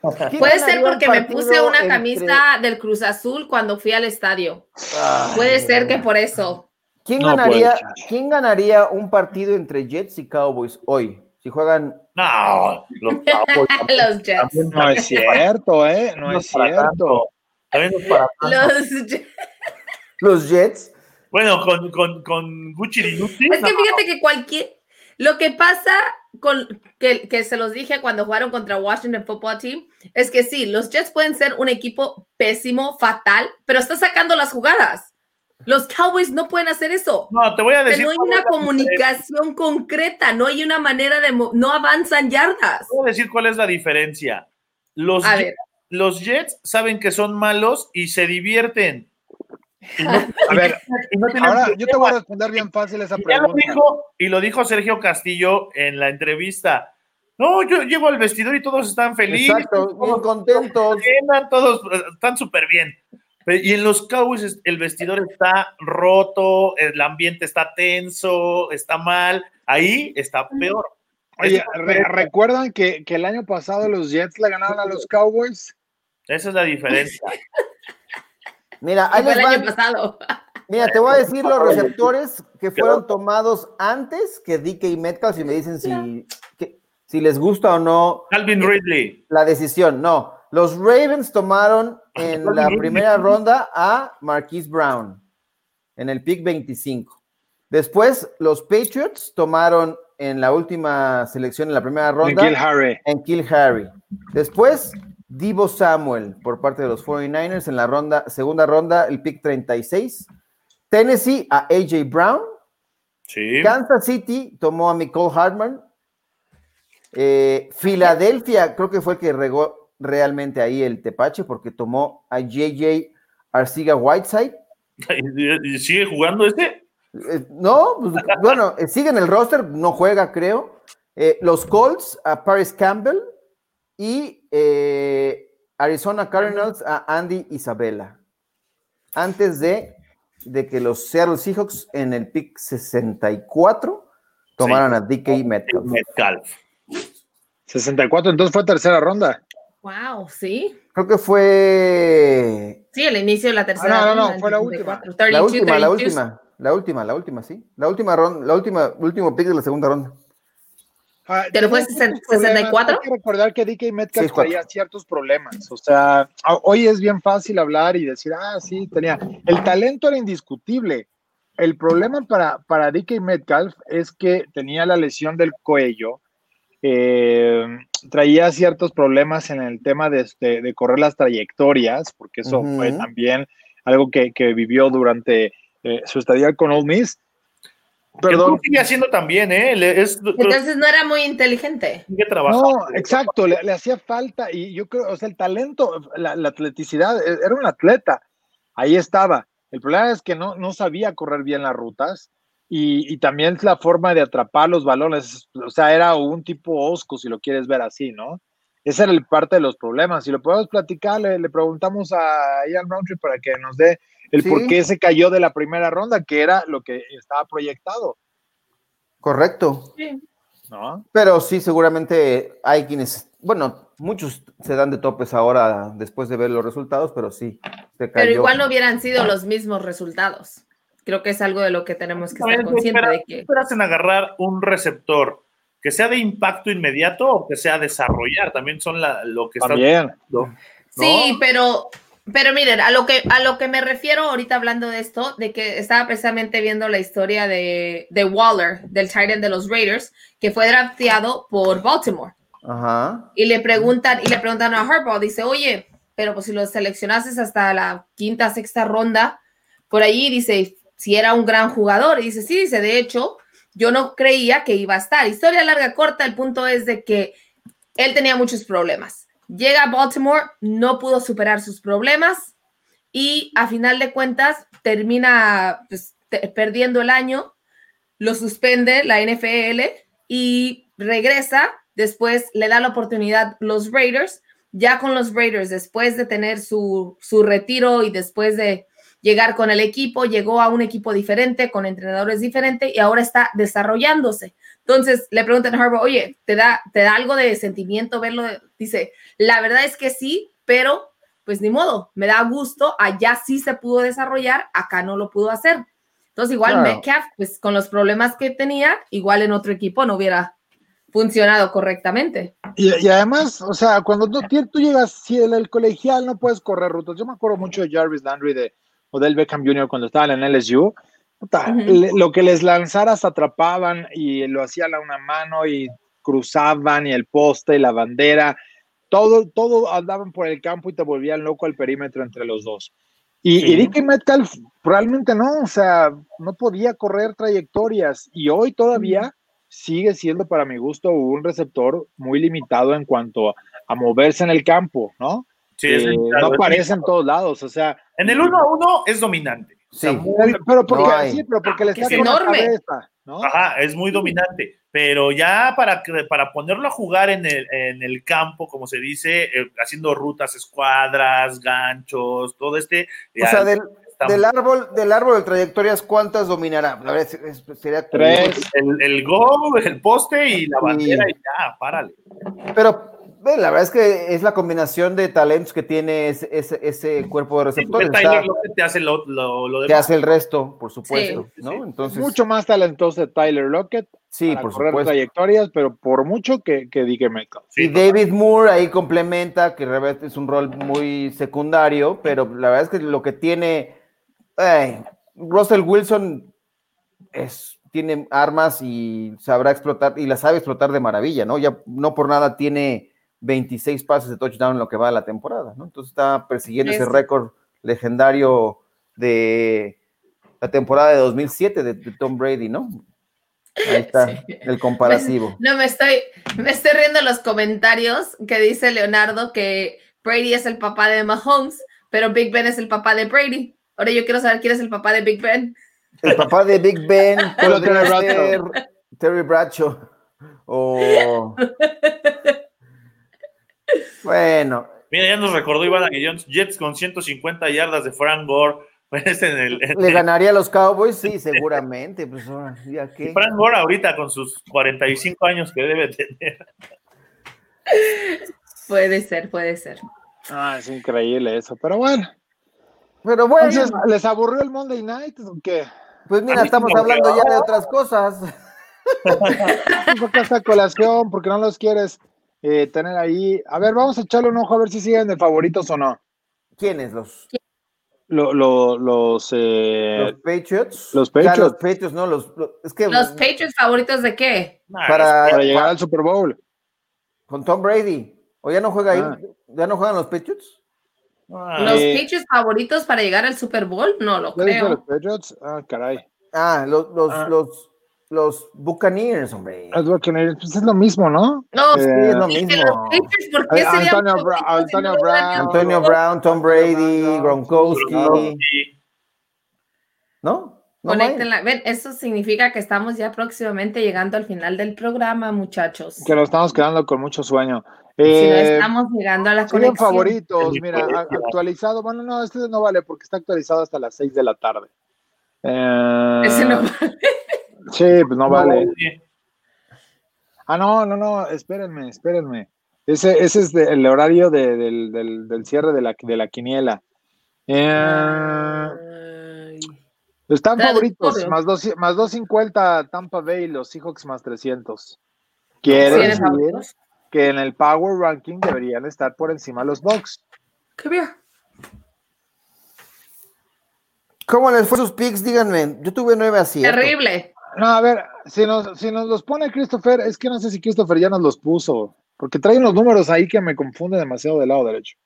C: ¿Quién
E: Puede
C: ganaría
E: ser
C: un
E: porque me
C: partido
E: puse una
C: entre-
E: camisa del Cruz Azul cuando fui al estadio.
C: Ay,
E: Puede ser que por eso.
C: ¿Quién,
B: No
C: ganaría,
B: puede ser.
C: ¿Quién ganaría un partido entre Jets y Cowboys hoy? Si juegan.
D: No,
E: <laughs>
D: los Cowboys también-
E: Los Jets.
D: también-
B: No es cierto, ¿eh? No
D: también
B: es
D: para
B: cierto.
D: tanto, también no es para tanto.
E: Los Jets.
C: Los Jets.
D: Bueno, con, con, con Gucci y Gucci.
E: Es que fíjate que cualquier. Lo que pasa con que, que se los dije cuando jugaron contra Washington Football Team es que sí, los Jets pueden ser un equipo pésimo, fatal, pero está sacando las jugadas. Los Cowboys no pueden hacer eso.
D: No, te voy a decir.
E: No hay
D: cuál
E: una
D: es la diferencia.
E: comunicación concreta, no hay una manera de. mo- No avanzan yardas.
D: Te voy a decir cuál es la diferencia. Los,
E: A
D: Ye-
E: ver.
D: los Jets saben que son malos y se divierten. Y no-
B: <laughs> A ver,
D: y no tienen
B: ahora yo te voy a
D: problemas.
B: responder bien fácil esa
D: Y ya lo
B: pregunta.
D: dijo, y lo dijo Sergio Castillo en la entrevista. No, yo llevo al vestidor y todos están felices.
C: Exacto, bien
D: todos
C: contentos.
D: llenan, todos eh, están súper bien. Pe- Y en los Cowboys es- el vestidor está roto, el ambiente está tenso, está mal. Ahí está peor.
B: Oye,
D: Esa es la
B: re-
D: diferencia.
B: ¿recuerdan que, que el año pasado los Jets le ganaron a los Cowboys?
D: Esa es la diferencia.
B: <laughs>
C: Mira,
E: Ahí
C: ahí
E: fue el
C: les
E: año
C: van-
E: pasado.
C: Mira, te voy a decir los receptores que fueron tomados antes que DK y Metcalf y me dicen si, que- si les gusta o no
D: Calvin Ridley.
C: la decisión. No, los Ravens tomaron en la primera ronda a Marquise Brown en el pick 25. Después, los Patriots tomaron en la última selección, en la primera ronda,
B: Miguel Harry.
C: en Kill Harry. Después, Divo Samuel por parte de los 49ers en la ronda, segunda ronda, el pick 36. Tennessee a AJ Brown.
D: Sí.
C: Kansas City tomó a Nicole Hartman. Eh, Filadelfia creo que fue el que regó realmente ahí el tepache porque tomó a JJ Arciga Whiteside.
D: <laughs> ¿Y sigue jugando este?
C: Eh, no, pues, bueno, eh, sigue en el roster, no juega, creo. Eh, los Colts a Paris Campbell y eh, Arizona Cardinals a Andy Isabella. Antes de, de que los Seattle Seahawks en el pick 64 tomaron a DK Metcalf.
D: Metcalf.
B: 64, entonces fue tercera ronda.
E: Wow, sí.
C: Creo que fue
E: Sí, el inicio de la tercera.
B: no, no,
E: ronda,
B: fue la
E: 34.
C: la
E: 32,
C: última, la
E: 32.
C: última, la última, la última, sí. La última ronda, la última, último pick de la segunda ronda.
B: Ah,
E: ¿Pero fue
B: tenía muchos
E: 64?
B: problemas. Hay que recordar que DK Metcalf
C: 64.
B: traía ciertos problemas. O sea, a- hoy es bien fácil hablar y decir, ah, sí, tenía. El talento era indiscutible. El problema para, para DK Metcalf es que tenía la lesión del cuello, eh, traía ciertos problemas en el tema de, este- de correr las trayectorias, porque eso
C: Ujú.
B: fue también algo que, que vivió durante eh, su estadía con Ole Miss.
D: Perdón. sigue haciendo también, ¿eh? Le- es-
E: Entonces no era muy inteligente.
D: sigue trabajando.
B: No, exacto, le, le hacía falta y yo creo, o sea, el talento, la, la atleticidad, e- era un atleta, ahí estaba. El problema es que no, no sabía correr bien las rutas y, y también la forma de atrapar los balones, o sea, era un tipo osco si lo quieres ver así, ¿no? Ese era el parte de los problemas. Si lo podemos platicar, le, le preguntamos a Ian Roundtree para que nos dé el
C: Sí.
B: por qué se cayó de la primera ronda, que era lo que estaba proyectado,
C: Correcto.
B: ¿no?
C: Pero sí, seguramente hay quienes, bueno, muchos se dan de topes ahora después de ver los resultados, pero sí, se cayó.
E: Pero igual no hubieran sido los mismos resultados. Creo que es algo de lo que tenemos que estar
D: Exactamente,
E: conscientes
D: espera-
E: de que
D: esperas en agarrar un receptor que sea de impacto inmediato o que sea desarrollar? También son la- lo que está
B: También.
D: haciendo.
E: Sí, pero, pero miren, a lo que a lo que me refiero ahorita hablando de esto, de que estaba precisamente viendo la historia de, de Waller, del Titan de los Raiders, que fue drafteado por Baltimore.
C: Ajá.
E: Y le preguntan, y le preguntan a Harbaugh, dice, oye, pero pues si lo seleccionases hasta la quinta, sexta ronda, por allí dice, si era un gran jugador. Y dice, sí, dice, de hecho, yo no creía que iba a estar. Historia larga, corta, el punto es de que él tenía muchos problemas. Llega a Baltimore, no pudo superar sus problemas y a final de cuentas termina pues, te- perdiendo el año, lo suspende la NFL y regresa. Después le da la oportunidad los Raiders. Ya con los Raiders, después de tener su, su retiro y después de llegar con el equipo, llegó a un equipo diferente, con entrenadores diferentes y ahora está desarrollándose. Entonces le preguntan a Harbaugh, oye, ¿te da, ¿te da algo de sentimiento verlo? Dice, la verdad es que sí, pero pues ni modo, me da gusto, allá sí se pudo desarrollar, acá no lo pudo hacer. Entonces igual
C: Claro.
E: Metcalf, pues con los problemas que tenía, igual en otro equipo no hubiera funcionado correctamente.
B: Y, y además, o sea, cuando tú, tie- tú llegas, si el, el colegial no puedes correr rutas. Yo me acuerdo mucho de Jarvis Landry de Odell Beckham Jr. cuando estaban en LSU. Puta,
E: Ujú.
B: le- lo que les lanzaras atrapaban y lo hacían a una mano y cruzaban y el poste y la bandera. Todo, todo andaban por el campo y te volvían loco al perímetro entre los dos. Y, y
D: Sí.
B: Dickie Metcalf realmente no, o sea, no podía correr trayectorias y hoy todavía sigue siendo para mi gusto un receptor muy limitado en cuanto a, a moverse en el campo, ¿no?
D: Sí, es
B: Eh,
D: limitado,
B: no
D: es
B: aparece en
D: limitado.
B: todos lados, o sea,
D: En el 1 a 1 es dominante.
C: Sí.
B: el- pero porque,
C: hay. Ah,
B: sí, pero porque le
E: Que
B: está
E: es
B: con la
E: enorme.
B: cabeza, ¿no?
D: Ajá, es muy dominante. Pero ya para, que- para ponerlo a jugar en el, en el campo, como se dice, eh, haciendo rutas, escuadras, ganchos, todo este.
C: O
D: ya
C: sea, del,
D: está-
C: del árbol, del árbol de trayectorias, ¿cuántas dominará? La verdad, es- es- sería
B: Tres.
D: el, el gol, el poste y la bandera y ya, párale.
C: Pero ve, la verdad es que es la combinación de talentos que tiene ese, ese- ese cuerpo de
D: Sí, pues, porque
C: receptores.
D: Tyler
C: está-
D: Lockett te hace lo, lo, lo
C: que
D: demás.
C: hace el resto, por supuesto, ¿no? Entonces,
B: Mucho más talentoso de Tyler Lockett
C: sí,
B: para
C: por
B: correr
C: supuesto.
B: trayectorias, pero por mucho que, que Dickie Metcalf.
D: Sí,
C: y David Moore ahí complementa, que realmente es un rol muy secundario, pero la verdad es que lo que tiene eh, Russell Wilson es tiene armas y sabrá explotar y las sabe explotar de maravilla, ¿no? Ya no por nada tiene 26 pases de touchdown en lo que va de la temporada, ¿no? Entonces está persiguiendo ese
E: Sí.
C: récord legendario de la temporada de 2007 de, de Tom Brady, ¿no? Ahí está
E: Sí.
C: el comparativo.
E: No, me estoy, me estoy riendo en los comentarios que dice Leonardo que Brady es el papá de Mahomes, pero Big Ben es el papá de Brady. Ahora yo quiero saber quién es el papá de Big Ben.
C: El papá de Big
B: <laughs>
C: Ben
B: Solo
C: podría
B: Terry Bradshaw.
C: ser Terry Bradshaw. O. Bueno,
D: Mira, ya nos recordó Iván Aguillón, Jets con 150 yardas de Frank Gore. <laughs> Pues en el, en
C: ¿le
D: el-
C: ganaría a los Cowboys? Sí, seguramente. Pues ahora, ¿ya qué?
D: Frank Gore ahorita con sus 45 años que debe tener. <laughs>
E: Puede ser, puede ser.
B: Ah, es increíble eso, pero bueno.
C: Pero bueno,
B: Entonces, ¿les aburrió el Monday Night o qué?
C: pues
D: a
C: mira,
D: mí
C: estamos
D: sí me
C: hablando
D: gustó.
C: ya de otras cosas.
B: saca esta Pues, colación porque no los quieres eh, tener ahí. A ver, vamos a echarle un ojo a ver si siguen de favoritos o no.
C: ¿Quiénes? ¿Los,
B: Lo- lo- los, eh,
C: los Patriots?
B: los
C: O sea,
B: Patriots.
C: los Patriots, no, los. los- es que.
E: ¿Los Patriots favoritos de qué?
D: Nah,
C: para,
B: para llegar al Super Bowl.
C: Con Tom Brady. ¿O ya no juega ahí?
B: Ah.
C: ¿Ya no juegan los Patriots?
D: nah,
E: ¿Los
B: Eh.
E: Patriots favoritos para llegar al Super Bowl? No lo
B: ¿Ya dice los
E: creo.
B: Patriots? Ah, caray.
C: Ah, los, los,
D: Ah.
C: los, Los Buccaneers, hombre.
B: Los Buccaneers, pues es lo mismo, ¿no?
E: No,
B: Eh,
E: sí,
C: es lo
E: y de
C: mismo.
E: los Patriots, ¿por qué
B: A-
E: sería
B: Antonio
E: un
B: Bra-
E: equipo de
B: Antonio
E: no
B: Brown.
E: ganar?
C: Antonio Brown, Tom Brady, Gronkowski,
D: Sí.
C: ¿no? ¿No Mike?
E: Conéctenla. Ven, eso significa que estamos ya próximamente llegando al final del programa, muchachos.
B: Que lo estamos quedando con mucho sueño.
E: si no
B: Eh,
E: estamos llegando a la
B: siguen
E: conexión.
B: favoritos,
D: El
B: mira,
D: Nicoletia.
B: a- actualizado. Bueno, no, este no vale porque está actualizado hasta las 6 de la tarde. Eh,
E: Ese no
B: Sí,
E: <laughs>
B: pues no vale.
D: Sí.
B: Ah, no, no, no, espérenme, espérenme. Ese, ese es de- el horario de- del, del- del cierre de la, de la quiniela. Eh,
E: Ay.
B: están
E: Está
B: favoritos,
E: duro.
B: más, dos, más 250 Tampa Bay, los Seahawks más 300. Quiere
E: ¿Tiene
B: decir
E: favoritos?
B: que en el Power Ranking deberían estar por encima los Bucks.
E: Qué bien.
C: ¿Cómo les fue sus picks? Díganme. Yo tuve 9 a 7.
E: Terrible.
B: No, a ver, si nos, si nos los pone Christopher, es que no sé si Christopher ya nos los puso, porque trae unos números ahí que me confunden demasiado del lado derecho.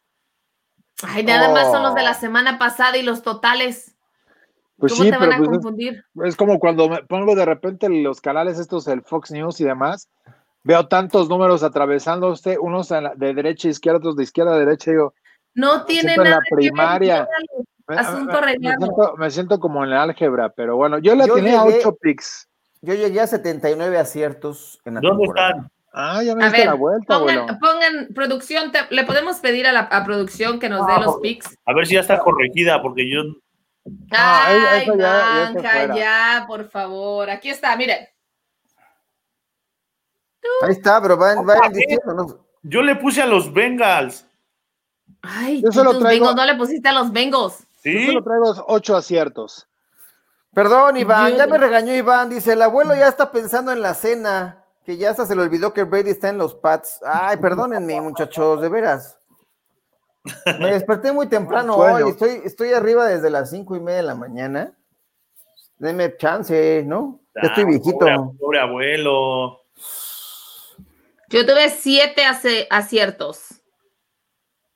E: Ay, nada más son los de
B: Oh.
E: la semana pasada y los totales.
B: Pues
E: ¿Cómo
B: sí,
E: te van
B: pero
E: a
B: pues es-
E: confundir?
B: es como cuando me pongo de repente los canales estos, el Fox News y demás, veo tantos números atravesándose, unos a la- de derecha a izquierda, otros de izquierda a derecha, y digo,
E: No tiene
B: siento pues en la
E: nada que ver,
B: primaria.
E: órale.
B: me- me-
E: Asunto
B: me,
E: arreglado.
B: siento, me siento como en el álgebra, pero bueno, yo le
C: Yo
B: tenía
C: llegué-
B: ocho picks.
C: Yo llegué a 79 aciertos en la
D: ¿Dónde
C: temporada.
D: están?
B: Ah, ya me
E: A
B: diste
E: ver,
B: la vuelta, abuelo.
E: Pongan, pongan producción, te- le podemos pedir a, la, a producción que nos dé los pics.
D: A ver si ya está corregida, porque yo.
B: Ah, ahí-
E: Ay,
B: eso ya- ya está
E: Blanca,
B: fuera.
E: ya, por favor. Aquí está, miren.
C: Ahí está, pero van,
D: Otra
C: van
D: vez.
C: diciendo, ¿no?
D: Yo le puse a los Bengals.
E: Ay,
B: Yo solo
E: tus
B: traigo-
E: Bengals, no le pusiste a los Bengals.
B: Yo
D: ¿Sí?
B: solo traigo ocho aciertos.
C: Perdón, Iván,
E: Yo-
C: ya me regañó Iván. Dice, el abuelo ya está pensando en la cena, que ya hasta se le olvidó que Brady está en los Pats. Ay, perdónenme, muchachos, de veras. Me desperté muy temprano
B: Sueño.
C: hoy, estoy, estoy arriba desde las cinco y media de la mañana. Denme chance, ¿no? Ya estoy
D: Ah,
C: viejito.
D: Pobre, pobre abuelo.
E: Yo tuve siete ace- aciertos.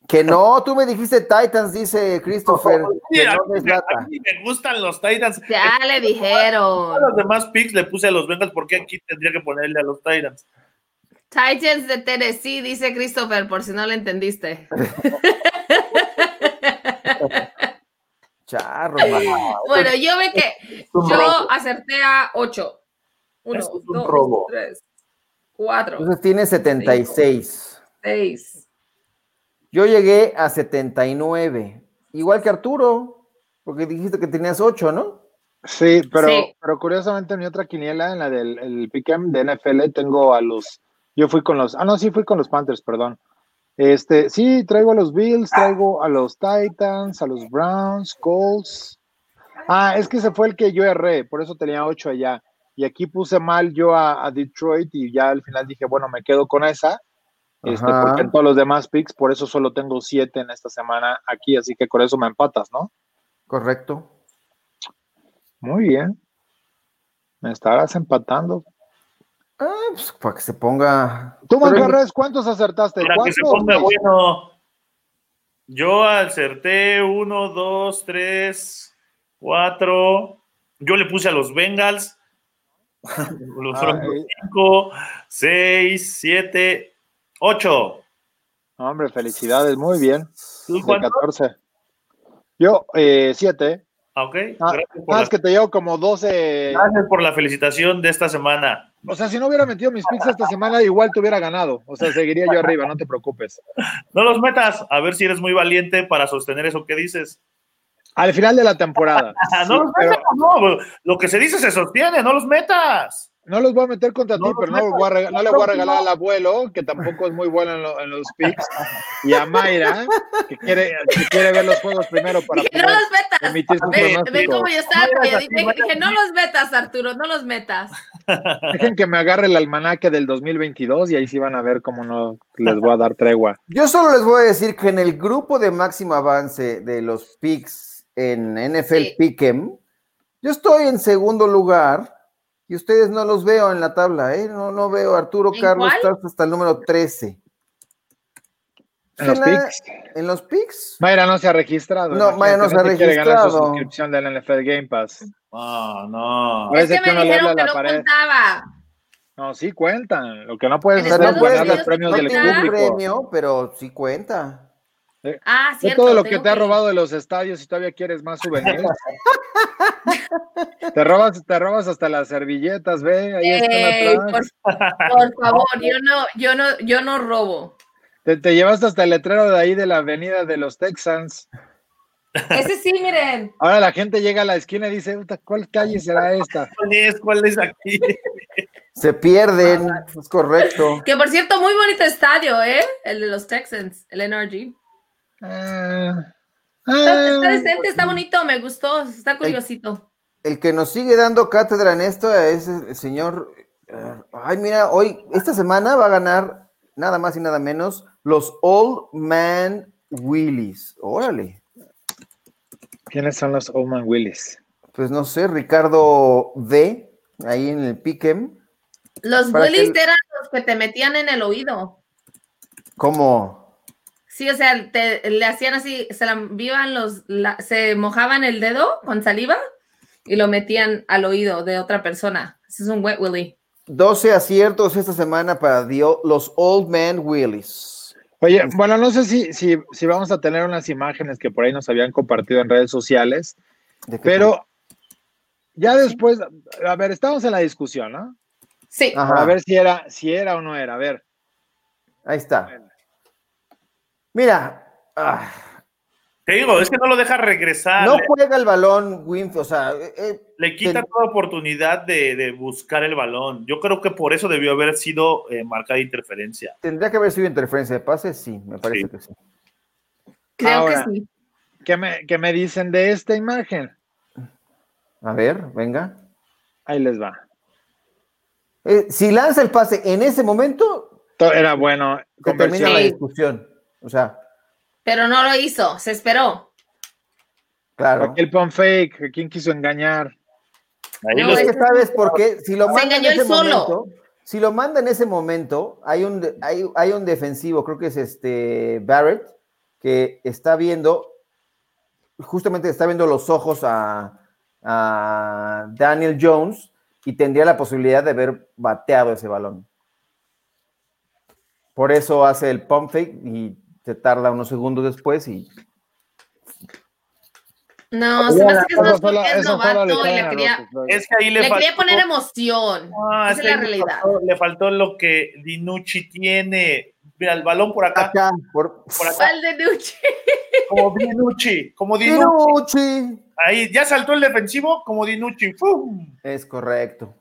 C: Que no, tú me dijiste Titans, dice
D: <laughs>
C: Christopher. que
D: Mira,
C: no es
D: a
C: lata.
D: mí me gustan los Titans.
E: Ya
B: <laughs>
E: le dijeron.
D: Todos los demás picks le puse a los Bengals porque aquí tendría que ponerle a los Titans.
E: Titans de Tennessee, dice Christopher, por si no
B: <laughs>
E: lo entendiste.
C: Charro, man.
E: Bueno, yo ve que
D: un
E: yo
D: robo.
E: acerté a ocho. Uno,
D: Eso es un
E: dos,
D: robo.
E: tres, cuatro,
C: Entonces tiene 76.
E: seis.
C: Yo llegué a 79, igual que Arturo, porque dijiste que tenías 8, ¿no?
B: Sí, pero,
E: Sí.
B: pero curiosamente en mi otra quiniela, en la del el Pickem de NFL, tengo a los. Yo fui con los. Ah, no, sí, fui con los Panthers, perdón. Este, sí, traigo a los Bills, traigo a los Titans, a los Browns, Colts. Ah, es que ese fue el que yo erré, por eso tenía ocho allá. Y aquí puse mal yo a, a Detroit y ya al final dije, bueno, me quedo con esa. Este,
C: Ajá.
B: porque en todos los demás picks, por eso solo tengo siete en esta semana aquí, así que con eso me empatas, ¿no?
C: Correcto.
B: Muy bien. Me estarás empatando.
C: Ah, pues para que se ponga.
B: Tú,
C: Pero-
B: Manjarres, ¿cuántos acertaste?
D: Para que se
B: ¿Cuatro?
D: ponga bueno. Yo acerté uno, dos, tres, cuatro. Yo le puse a los Bengals. <laughs>
B: Ah,
D: Los fueron
B: Ay.
D: cinco, seis, siete, ocho.
B: Hombre, felicidades, muy bien.
D: ¿Tú
B: De
D: cuánto?
B: 14. Yo, eh, siete.
D: Ah, ok.
B: Ah,
D: Gracias por
B: Ah,
D: la-
B: es que te llevo como 12.
D: Gracias por la felicitación de esta semana.
B: O sea, si no hubiera metido mis picks esta semana, igual te hubiera ganado. O sea, seguiría yo arriba, no te preocupes.
D: No los metas, a ver si eres muy valiente para sostener eso que dices.
B: Al final de la temporada.
D: Ah, <laughs> no
B: Sí,
D: los
B: pero
D: metas, no, lo que se dice se sostiene, no los metas.
B: no los voy a meter contra
D: No
B: ti,
D: los
B: pero no,
D: metas.
B: voy a rega- no le voy a regalar al abuelo, que tampoco es muy bueno en, lo- en los picks, y a Mayra, que quiere, que quiere ver los juegos primero para
E: Dije, no
B: poder
E: los metas.
B: emitir sus
E: Ve, ve
B: pronósticos.
E: cómo yo estaba
D: No eras así,
E: calladita.
D: no
E: Dije,
D: eras
E: dije, no los metas, Arturo, no los metas.
B: Dejen que me agarre el almanaque del 2022 y ahí sí van a ver cómo no les voy a dar tregua.
C: Yo solo les voy a decir que en el grupo de máximo avance de los picks en NFL
E: Sí.
C: Pick'em, yo estoy en segundo lugar y ustedes no los veo en la tabla, ¿eh? No, no veo a Arturo
E: ¿En
C: Carlos
E: cuál?
C: Tarso hasta el número 13.
B: En los
C: Suena-
B: picks.
C: En los picks.
B: Mayra no se ha registrado.
C: No, Mayra no
B: imagínate,
C: se ha
B: te quiere ganar su
C: registrado.
B: suscripción del NFL Game Pass.
D: No, Ah, no.
B: Parece
E: es que
B: que
E: me
B: uno le habla
E: dijeron
B: a
E: que
B: la
E: no
B: pared.
E: contaba.
B: No, sí cuentan. Lo que no puedes
E: En
B: hacer es
E: Estados
B: ganar los
E: Unidos
B: premios
E: no
B: del
E: tiene
B: público.
C: premio, pero sí cuenta.
E: Ah,
B: De
E: cierto.
B: todo lo que
E: tengo
B: te ha robado de los estadios y todavía quieres más
E: <laughs>
B: souvenirs. te robas, te robas hasta las servilletas, ve, ahí
E: Ey,
B: están
E: por,
B: atrás. <laughs>
E: por favor, yo no, yo no, yo no robo.
B: Te, te llevaste hasta el letrero de ahí de la avenida de los Texans.
E: Ese sí, miren.
B: Ahora la gente llega a la esquina y dice, "Puta, ¿cuál calle será esta?
D: ¿Cuál es? ¿Cuál es aquí?
C: Se pierden, es correcto.
E: Que por cierto, muy bonito estadio, ¿eh? El de los Texans, el NRG.
B: Ah,
E: Está, está
B: ah".
E: decente, está bonito, me gustó, está curiosito.
C: El que nos sigue dando cátedra en esto es el señor. eh, Ay, mira, hoy, esta semana va a ganar nada más y nada menos los Old Man Willies. Órale.
B: ¿Quiénes son los Oman Willis?
C: Pues no sé, Ricardo D, ahí en el Piquem.
E: Los
C: para
E: bullies
C: que-
E: eran los que te metían en el oído.
C: ¿Cómo?
E: Sí, o sea, te, le hacían así, se la, vivan los, la- se mojaban el dedo con saliva y lo metían al oído de otra persona. Ese es un wet willy.
C: 12 aciertos esta semana para Dio- los Old Man Willies.
B: Oye, bueno, no sé si, si, si vamos a tener unas imágenes que por ahí nos habían compartido en redes sociales,
C: ¿De qué
B: pero ya después, a ver, estamos en la discusión, ¿no?
E: Sí.
C: Ajá.
B: Para ver si era, si era o no era. A ver,
C: Ahí está. Mira, ah,
D: <laughs> Te digo, es que no lo deja regresar.
C: no
D: le,
C: juega el balón, Winf, o sea, eh, eh,
D: le quita
C: ten-
D: toda oportunidad de, de buscar el balón. Yo creo que por eso debió haber sido eh, marcada interferencia.
C: tendría que haber sido interferencia de pases, sí, me parece
D: Sí.
C: que sí.
E: Creo
B: Ahora.
E: que sí.
B: ¿qué me, qué me dicen de esta imagen?
C: A ver, venga.
B: Ahí les va.
C: Eh, si lanza el pase en ese momento,
B: To- Era bueno.
C: se termina
B: Conversión.
C: la
E: Sí.
C: discusión. O sea,
E: Pero no lo hizo, se esperó.
C: claro.
B: Aquí el pump fake. ¿a ¿Quién quiso engañar?
D: Ahí
E: No,
D: los-
C: es que sabes por qué, si lo
E: Se
C: manda en
E: engañó
C: ese
E: él solo.
C: momento, si lo manda en ese momento, hay un, de- hay, hay un defensivo, creo que es este Barrett, que está viendo, justamente está viendo los ojos a, a Daniel Jones y tendría la posibilidad de haber bateado ese balón. Por eso hace el pump fake y se tarda unos segundos después y
E: No, se me hace que es
B: Esa
E: más
B: fue la-
E: porque es
B: esa fue la
E: novato y
B: letrana,
E: le quería,
B: López, López.
D: es que ahí le,
E: le quería
D: faltó-
E: poner emoción.
D: Ah, es
E: Esa es
D: que ahí
E: la
D: le
E: realidad.
D: faltó- le faltó lo que Dinucci tiene. Mira, el balón por
C: <laughs>
D: acá.
C: acá por,
D: Por acá.
E: ¿Cuál de Nucci?
D: Como Dinucci. Como Dinucci.
C: Pirucci.
D: Ahí ya saltó el defensivo como Dinucci. ¡Fum!
C: Es correcto.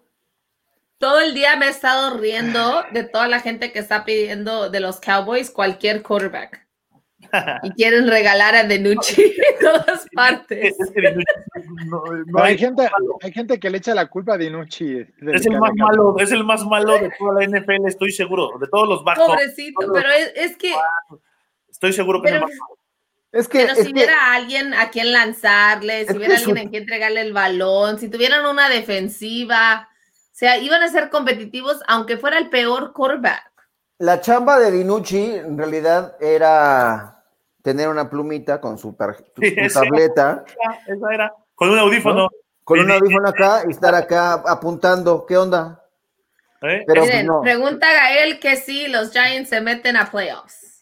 E: Todo el día me he estado
C: Ah.
E: riendo de toda la gente que está pidiendo de los Cowboys cualquier quarterback. Y quieren regalar
C: <laughs>
E: a Denucci en todas partes.
D: Es que Dinucci no- no
B: Pero hay,
D: hay-
B: gente, hay gente que le echa la culpa a Dinucci. eh, de-
D: es el
B: de-
D: más malo, es el más malo de toda la NFL, estoy seguro. De todos los bajos,
E: Pobrecito, pero es, es que,
D: estoy seguro que es el
E: pero,
D: más malo.
C: Es que,
E: pero
C: es
E: si
C: que-
E: hubiera alguien a quien lanzarle,
C: que
E: si hubiera
C: es
E: alguien
C: un-
E: a quien entregarle el balón, si tuvieran una defensiva, o sea, iban a ser competitivos aunque fuera el peor quarterback.
C: La chamba de Dinucci en realidad era tener una plumita con su, tar- su-
D: Sí,
C: su
D: ese.
C: tableta,
D: Esa- esa era. Con un audífono.
C: con
D: Sí,
C: un
D: sí,
C: audífono acá y estar acá apuntando. ¿Qué onda?
D: ¿eh?
C: Pero pues,
E: Miren,
C: no.
E: pregunta a Gael que si los Giants se meten a playoffs.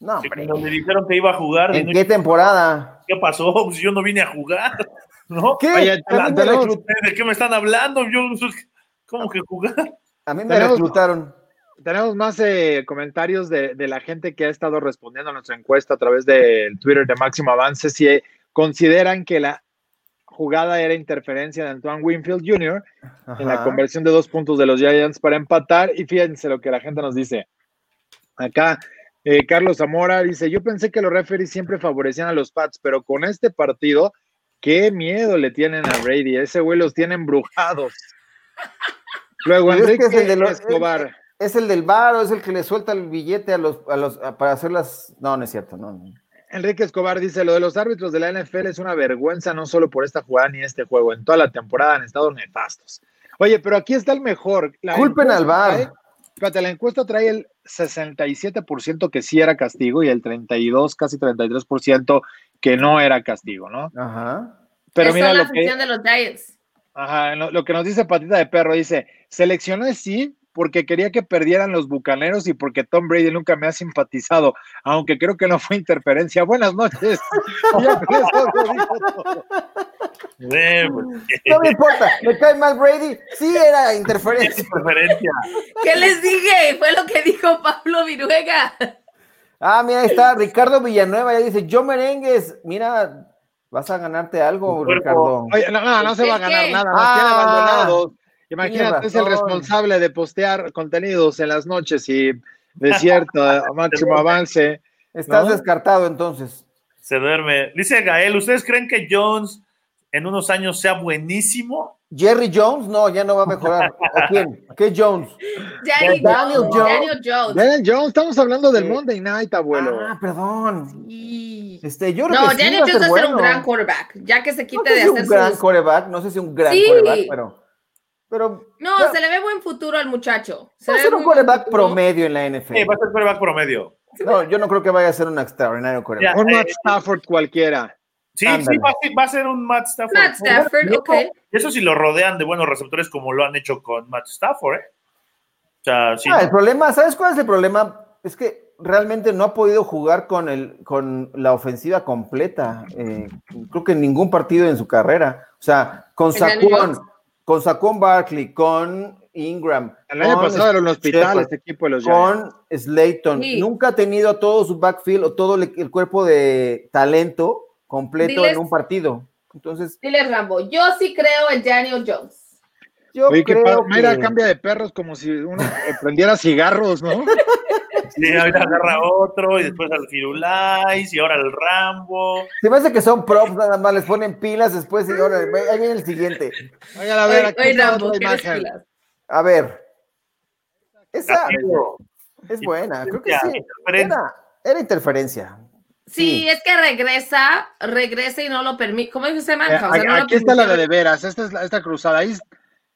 C: No,
D: Sí,
C: hombre.
D: cuando me dijeron que iba a jugar,
C: ¿En
D: Dinucci,
C: qué temporada?
D: ¿qué pasó? <laughs> Pues yo no vine a jugar, <laughs> ¿no?
C: ¿Qué?
B: Oye,
C: a, mí me
B: tenemos-
C: reclut-
D: ¿De qué me están hablando? Yo, ¿cómo que jugar? <laughs>
C: a mí me
B: tenemos-
C: reclutaron.
B: Tenemos más eh, comentarios de, de la gente que ha estado respondiendo a nuestra encuesta a través del Twitter de Máximo Avance. Si eh, consideran que la jugada era interferencia de Antoine Winfield Jr. en la
C: Ajá.
B: conversión de dos puntos de los Giants para empatar. Y fíjense lo que la gente nos dice. Acá, eh, Carlos Zamora dice: Yo pensé que los referees siempre favorecían a los Pats, pero con este partido, qué miedo le tienen a Brady. Ese güey los tiene
C: <laughs>
B: embrujados. Luego,
C: Pero es que
B: Enrique
C: es el de los-
B: Escobar.
C: ¿Es el del bar o es el que le suelta el billete a los, a los a- para hacer las... No, no es cierto. No, no.
B: Enrique Escobar dice, lo de los árbitros de la NFL es una vergüenza, no solo por esta jugada ni este juego, en toda la temporada han estado nefastos. Oye, pero aquí está el mejor. La
C: Culpen
B: encuesta
C: al VAR.
B: trae- Fíjate, la encuesta trae el 67% que sí era castigo y el 32, casi 33% que no era castigo, ¿no?
C: Ajá.
B: Pero
E: Esa
B: mira
E: es la
B: lo que,
E: afición de los Giants.
B: Ajá, lo, lo que nos dice Patita de Perro dice, seleccioné sí porque quería que perdieran los Bucaneros y porque Tom Brady nunca me ha simpatizado, aunque creo que no fue interferencia. Buenas noches. <laughs> Ya con eso lo digo todo.
D: Eh, pues,
C: No me importa, me cae mal Brady. Sí, era
D: Es
C: interferencia.
D: preferencia.
E: ¿Qué les dije? Fue lo que dijo Pablo Viruega.
C: Ah, mira, ahí está Ricardo Villanueva. Ya dice, yo merengues. Mira, vas a ganarte algo,
D: Mi cuerpo.
C: Ricardo.
B: Oye, no, no, no se va a
E: ¿El
B: ganar
E: qué?
B: nada, nos tiene
C: Ah,
B: abandonados.
C: tienes
B: Imagínate, es el
C: razón.
B: responsable de postear contenidos en las noches y de
E: <laughs>
B: cierto eh, máximo avance.
C: Estás
B: ¿no?
C: descartado entonces.
D: Se duerme. Dice Gael, ¿ustedes creen que Jones en unos años sea buenísimo?
C: Jerry Jones, no, ya
D: <laughs>
C: no va a mejorar. ¿O quién? ¿Qué Jones?
E: Daniel,
C: Pues Daniel
E: Jones.
C: Jones.
E: Daniel Jones.
B: Daniel Jones, estamos hablando del
C: Sí.
B: Monday Night, abuelo.
C: Ah, perdón.
E: Y-
C: Este, yo creo
E: No,
C: que sí
E: Daniel
C: va a ser
E: Jones va a ser un
C: bueno.
E: gran quarterback. Ya que se
C: No
E: quita
C: sé
E: de
C: si un gran
E: hacer sus.
C: coreback, no sé si un gran
E: Sí.
C: coreback, pero. Pero
E: No,
C: Ya.
E: se le ve buen futuro al muchacho. Se
C: va a
E: le ve
C: ser un
E: muy buen
C: coreback
E: futuro.
C: promedio en la NFL.
D: Eh, va a ser quarterback promedio.
C: No, yo no creo que vaya a ser un extraordinario coreback.
D: Ya.
B: Un
D: eh,
B: Matt Stafford cualquiera.
D: Sí,
C: Ándale.
D: sí, va, a- va a ser un Matt Stafford.
E: Matt Stafford,
D: Bueno,
E: ok.
D: Eso sí lo rodean de buenos receptores como lo han hecho con Matt Stafford, ¿eh? O sea, sí.
C: Ah, el problema, ¿sabes cuál es el problema? Es que realmente no ha podido jugar con, el, con la ofensiva completa. eh, creo que en ningún partido en su carrera. O sea, con
E: En la New York.
C: Saquon, con Saquon Barkley, con Ingram.
B: El año
C: con
B: pasado era un hospital
C: Shepard.
B: este equipo de los Giants.
C: con Slayton.
E: Sí.
C: Nunca ha tenido todo su backfield o todo el, el cuerpo de talento completo
E: Diles-
C: en un partido. Entonces,
E: Dile Rambo, yo sí creo en Daniel Jones.
C: yo
B: Oye, que
C: creo
B: pa- Mayra
C: que-
B: cambia de perros como si uno eh, prendiera cigarros, ¿no?
D: Sí, ahorita agarra otro y después al Firulais y ahora al Rambo.
C: se me hace que son props, nada más les ponen pilas después y ahora ve- ahí viene el siguiente.
B: Oigan, a ver,
E: Oye,
B: aquí
E: oye,
B: está
E: Rambo,
B: otra
E: ¿qué les
B: imagen. Eh,
E: pilas?
C: A ver. Esa
D: Pero,
C: es buena, Ah, creo que
D: Ya,
C: sí.
D: interferencia.
C: Era, era interferencia.
E: Sí,
C: Sí.
E: es que regresa, regresa y no lo permite. ¿Cómo dice usted,
B: Eh,
E: Manja? O sea,
B: aquí
E: no lo
B: aquí está la de
E: permitió.
B: de veras, esta es la- esta cruzada. Ahí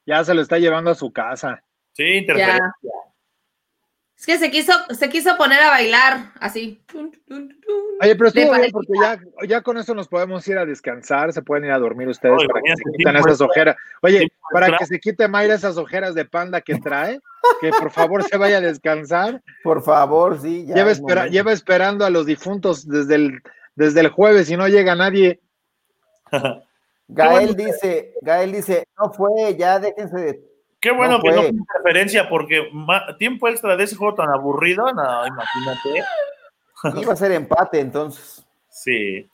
B: ya se lo está llevando a su casa.
D: Sí,
E: Ya.
D: interferencia.
E: Es que se quiso, se quiso poner a bailar así. Tun, tun, tun, tun.
B: Oye, pero
E: De
B: estuvo bien
E: parejita.
B: porque ya, ya con eso nos podemos ir a descansar, se pueden ir a dormir ustedes
D: Oye,
B: para que se
D: imagínate,
B: quiten
D: tiempo
B: esas
D: extra.
B: ojeras. Oye,
D: Tiempo
B: para
D: extra.
B: que se quite Mayra esas ojeras de panda que trae, que por favor se vaya a descansar.
C: Por favor, sí. <laughs> ya
B: lleva,
C: es
B: espera-
C: momento.
B: lleva esperando a los difuntos desde el, desde el jueves y no llega nadie.
C: Gael dice, Gael dice, no fue, ya déjense de
D: Qué bueno
C: No
D: que no
C: fue.
D: fue interferencia porque ma- tiempo extra de ese juego tan aburrido, no, imagínate.
C: Iba a ser empate, entonces.
D: Sí.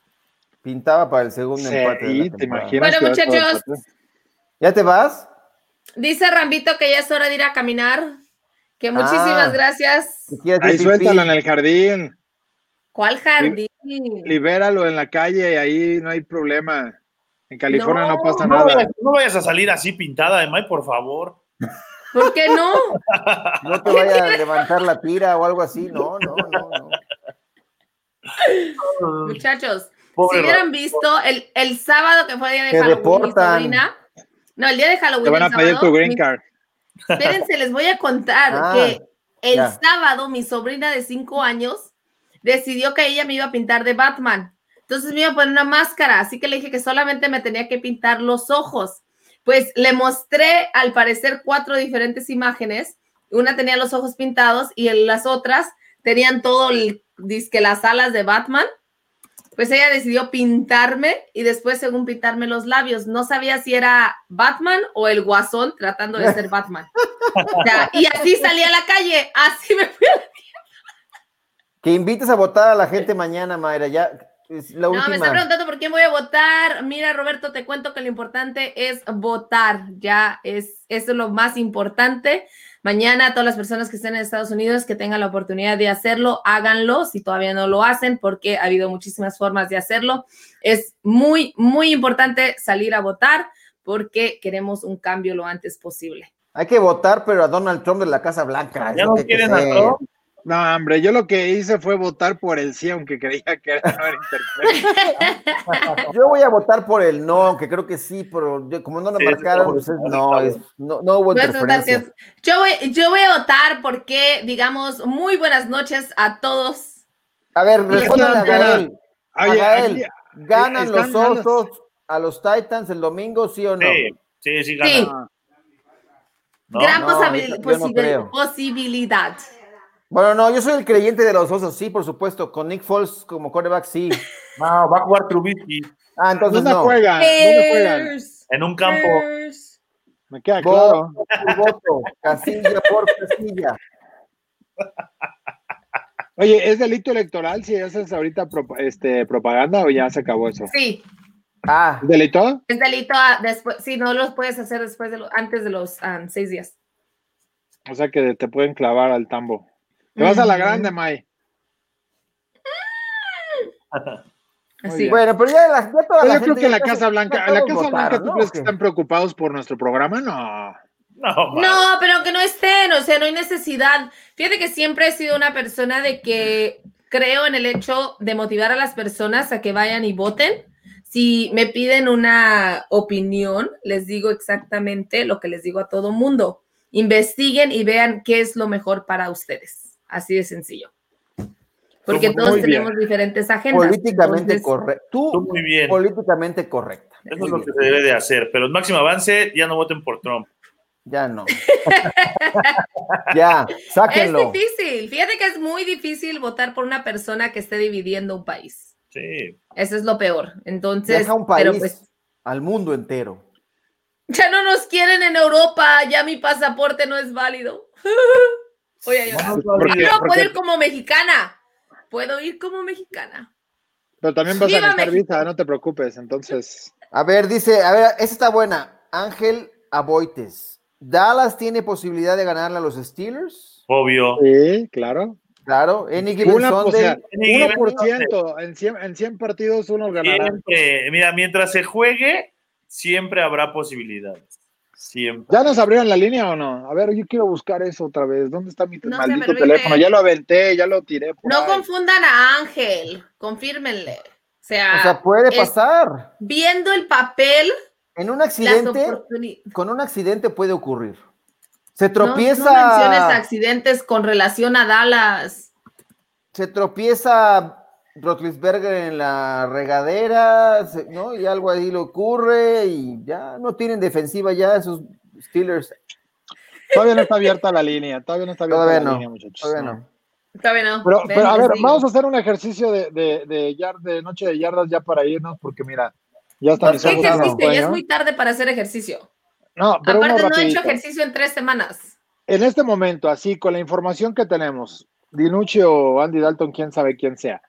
C: Pintaba para el segundo
B: Sí,
C: empate. de la
B: ¿te
C: temporada.
B: imaginas
E: Bueno,
B: que va a estar
E: muchachos.
B: empate?
C: ¿Ya te vas?
E: Dice Rambito que ya es hora de ir a caminar. Que muchísimas
C: Ah.
E: gracias.
C: Si quieres
B: Ahí
C: ir
B: suéltalo en
C: pipí.
B: el jardín,
E: ¿Cuál jardín?
B: libéralo en la calle, ahí no hay problema. En California no,
E: No,
B: pasa
D: No
B: nada.
D: vayas, no vayas a salir así pintada de May, por favor.
E: ¿Por qué no?
C: No te vaya
E: <laughs>
C: a levantar la tira o algo así. No, no, no. no.
E: Muchachos,
D: Pobre
E: si hubieran visto el, el sábado que fue el día de
C: Te
E: Halloween,
C: reportan.
E: mi sobrina. No, el día de Halloween.
B: Te van a
E: el
B: pedir
E: sábado,
B: tu green
E: mi-
B: card.
E: Espérense, les voy a contar
C: Ah,
E: que el
C: ya.
E: sábado mi sobrina de cinco años decidió que ella me iba a pintar de Batman. Entonces me iba a poner una máscara, así que le dije que solamente me tenía que pintar los ojos. Pues le mostré al parecer cuatro diferentes imágenes. Una tenía los ojos pintados y en las otras tenían todo el disque las alas de Batman. Pues ella decidió pintarme y después según pintarme los labios, no sabía si era Batman o el guasón tratando de
C: <laughs>
E: ser Batman. O sea, y así salí a la calle, así me fui.
C: Que invites a votar a la gente mañana, Mayra. Ya es la
E: No, me está
C: última.
E: preguntando por quién voy a votar. Mira, Roberto, te cuento que lo importante es votar. Ya es, eso es lo más importante. Mañana, todas las personas que estén en Estados Unidos que tengan la oportunidad de hacerlo, háganlo si todavía no lo hacen, porque ha habido muchísimas formas de hacerlo. Es muy, muy importante salir a votar porque queremos un cambio lo antes posible.
C: Hay que votar, pero a Donald Trump de la Casa Blanca. es
D: Ya
C: lo
D: no
C: que hay que
D: quieren a
C: hacer.
D: Trump.
B: No, hombre, yo lo que hice fue votar por el sí, aunque creía que era, no era
E: <laughs>
B: interferencia.
C: Yo voy a votar por el no, aunque creo que sí, pero yo- como no lo
D: Sí,
C: marcaron,
D: no,
C: pues es
D: no,
C: no,
D: no.
C: es- no, no hubo
E: Voy a tratar que-
C: interferencia.
E: Yo voy, yo voy a votar porque, digamos, muy buenas noches a todos.
C: A ver, respóndale a
B: Mira,
C: Gael. A
B: Oye,
C: Gael,
B: aquí- ah,
C: ¿ganan
B: están
C: los
B: malas.
C: osos a los Titans el domingo, sí o no?
D: Sí, Sí, sí, gana.
E: Sí,
D: ¿no?
E: gran
C: No,
E: posabil-
C: yo no
E: posibil-
C: creo.
E: posibilidad.
C: Bueno, no, yo soy el creyente de los osos, sí, por supuesto. Con Nick Foles como quarterback, sí.
D: No, va a jugar Trubisky
C: Ah, entonces
B: ¿Dónde
C: no.
B: juegan?
E: Eh,
B: ¿Dónde juegan?
E: Bears,
D: en un campo.
E: Bears.
B: Me queda
C: Voto
B: claro.
C: por voto, casilla por casilla.
B: Oye, ¿es delito electoral si haces ahorita pro- este, propaganda o ya se acabó eso?
E: Sí,
C: Ah,
B: ¿Es delito?
E: es delito ah, después, sí, no los puedes hacer después de lo- antes de los ah, seis días.
B: O sea que te pueden clavar al tambo. Te vas
E: Mm.
B: a la grande, May.
E: Mm.
B: Muy
E: Así.
B: bien.
C: bueno, pero ya, la, ya toda
B: Pero
C: la
B: yo creo
C: gente-
B: que en la
C: ya
B: Casa
C: todos-
B: Blanca,
C: ya
B: en la
C: todos
B: Casa Blanca,
C: votaron,
B: ¿tú
C: ¿no?
B: crees que
C: ¿O qué?
B: están preocupados por nuestro programa?
E: Ah,
B: No.
D: <laughs> No, man.
E: No, pero que no estén, o sea, no hay necesidad. Fíjate que siempre he sido una persona de que creo en el hecho de motivar a las personas a que vayan y voten. Si me piden una opinión, les digo exactamente lo que les digo a todo mundo. Investiguen y vean qué es lo mejor para ustedes. Así de sencillo. Porque
D: Muy
E: todos
B: bien.
E: tenemos diferentes agendas.
C: Políticamente
E: entonces-
C: correcta. Tú,
D: Tú muy bien.
C: políticamente correcta.
D: Eso
C: Muy
D: es lo
C: bien.
D: que se debe de hacer. Pero en máximo avance, ya no voten por Trump.
C: Ya no. <laughs> ya,
E: Es
C: sáquenlo.
E: difícil. Fíjate que es muy difícil votar por una persona que esté dividiendo un país.
D: Sí.
E: Eso es lo peor. Entonces,
C: Deja un
E: pero
C: país
E: pues <laughs>
C: al mundo entero.
E: ya no nos quieren en Europa, ya mi pasaporte no es válido. <laughs> Voy a llorar.
B: Porque,
E: No puedo
B: porque-
E: ir como mexicana. Puedo ir como mexicana.
B: pero también vas a
E: Viva
B: necesitar
E: México.
B: visa, no te preocupes. Entonces,
C: A ver, dice, a ver, esta está buena. Ángel Aboites. ¿Dallas tiene posibilidad de ganarle a los Steelers?
D: Obvio.
B: sí, claro.
C: Claro. Any given
B: Una, o sea,
C: Sunday.
D: Ni-
B: 1% en 100, en 100 partidos uno ganará.
D: Siempre. Mira, mientras se juegue, siempre habrá posibilidades. Siempre.
B: ¿Ya nos abrieron la línea o no? A ver, yo quiero buscar eso otra vez. ¿Dónde está mi
E: No se
B: maldito
E: permite.
B: teléfono? Ya lo aventé, ya lo tiré. por
E: No
B: ahí.
E: confundan a Ángel. Confírmenle. O sea,
C: O sea, puede
E: Ah, es-
C: pasar.
E: viendo el papel,
C: En un
E: las
C: accidente,
E: oportunidades.
C: con un accidente puede ocurrir. Se
E: No, no
C: tropieza.
E: menciones accidentes con relación a Dallas.
C: se tropieza Rotlisberger en la regadera, se- ¿no? Y algo ahí le ocurre y ya no tienen defensiva ya esos Steelers.
B: Todavía no está abierta la línea. Todavía no está abierta
C: Todavía
B: la
C: no,
B: línea, muchachos.
C: Todavía
B: No.
C: no.
E: Todavía no.
B: Pero,
E: Ven,
B: pero a
E: les
B: ver,
E: digo.
B: vamos a hacer un ejercicio de, de, de, yard- de noche de yardas ya para irnos, porque mira, ya está
E: ¿Por
B: mis
E: qué
B: ojos dando
E: ejercicio? este, Ya es
B: sueño.
E: muy tarde para hacer ejercicio.
B: No, pero uno
E: Aparte, no he hecho
B: rapidito.
E: ejercicio en tres semanas.
B: En este momento, así, con la información que tenemos, Dinucci o Andy Dalton, quién sabe quién sea,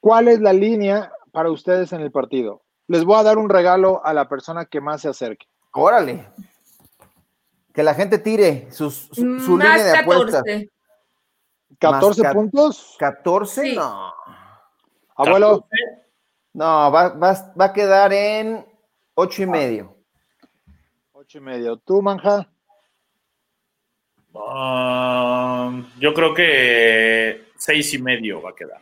B: ¿cuál es la línea para ustedes en el partido? Les voy a dar un regalo a la persona que más se acerque.
C: Órale. Que la gente tire sus, su, su línea de apuestas.
B: 14
C: Más cat-
B: puntos.
C: 14,
E: Sí.
C: no.
B: Abuelo,
C: No, va, va- va a quedar en ocho y medio.
B: 8 y medio. ¿Tú, Manja?
D: Um, yo creo que seis y medio va a quedar.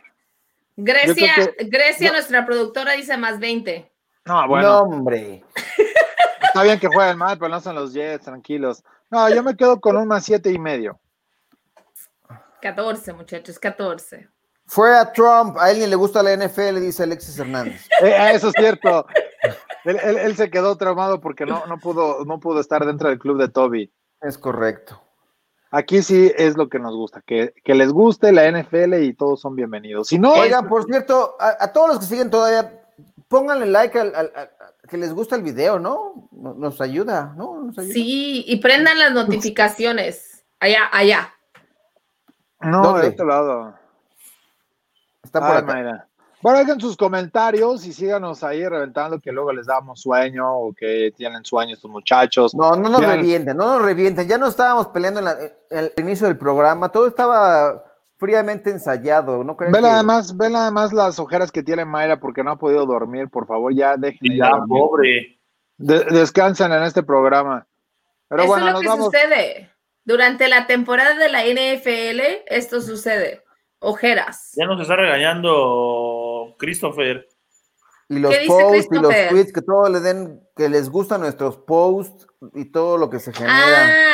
E: Grecia,
B: Yo creo
E: Grecia
B: no.
E: nuestra productora, dice más 20.
B: No,
C: No,
B: ah, bueno,
C: hombre.
B: está bien que jueguen mal, pero no son los Jets, tranquilos. No, yo me quedo con un más 7 y medio.
E: 14, muchachos, 14.
C: Fuera Trump, a él ni le gusta la NFL, dice Alexis Hernández.
B: Eh, eso es cierto. Él, él- él se quedó traumado porque no, no, pudo, no pudo estar dentro del club de Toby.
C: Es correcto.
B: Aquí sí es lo que nos gusta, que, que les guste la NFL y todos son bienvenidos. Si no,
C: Oigan, por cierto, a, a todos los que siguen todavía, pónganle like al, al- al- a- que les gusta el video, ¿no? No- Nos ayuda, ¿no? Nos ayuda.
E: Sí, y prendan
C: <laughs>
E: las notificaciones. Allá, allá.
B: no,
C: ¿dónde?
B: de otro lado.
C: Está por
B: Ay,
C: acá.
B: Mayra. Bueno, hagan sus comentarios y síganos ahí reventando que luego les damos sueño o que tienen sueño estos muchachos.
C: No, no nos
B: Vean.
C: revienten, no nos revienten. Ya no estábamos peleando en, la- en el inicio del programa, todo estaba fríamente ensayado, ¿no creen?
B: Ven
C: que-
B: además, ven además las ojeras que tiene Mayra porque no ha podido dormir, por favor, ya déjenle.
D: Ya,
B: ya dormir.
D: pobre.
B: De- descansen en este programa. Pero
E: Eso
B: bueno,
E: es lo
B: nos
E: que
B: vamos.
E: sucede. Durante la temporada de la NFL, esto sucede. Ojeras.
D: Ya nos está regañando Christopher.
C: Y los
E: ¿Qué dice
C: posts y los
E: Christopher?
C: tweets, que todos le den, que les gustan nuestros posts y todo lo que se genera.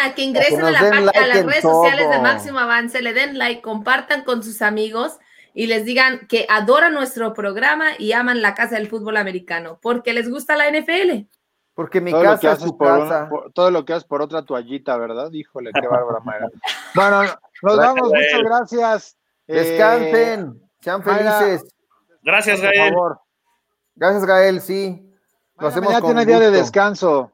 E: Ah, que ingresen
C: Que
E: a,
C: nos
E: la
C: den
E: página- a
C: like
E: las
C: en
E: redes sociales de
C: todo.
E: Máximo Avance, le den like, compartan con sus amigos y les digan que adoran nuestro programa y aman la casa del fútbol americano porque les gusta la NFL.
C: Porque mi
B: Todo lo que
C: casa es
B: haces
C: su
B: por un-
C: casa.
B: por- todo lo que haces por otra toallita, ¿verdad? Híjole, qué bárbara Mayra. Bueno, <laughs> nos vamos, muchas gracias. Eh,
C: Descansen, sean
B: Mayra,
C: felices.
D: Gracias,
B: por
D: Gael.
B: favor.
C: Gracias, Gael, sí. Lo hacemos
B: Mañana
C: con
B: tiene día de
C: gusto.
B: descanso.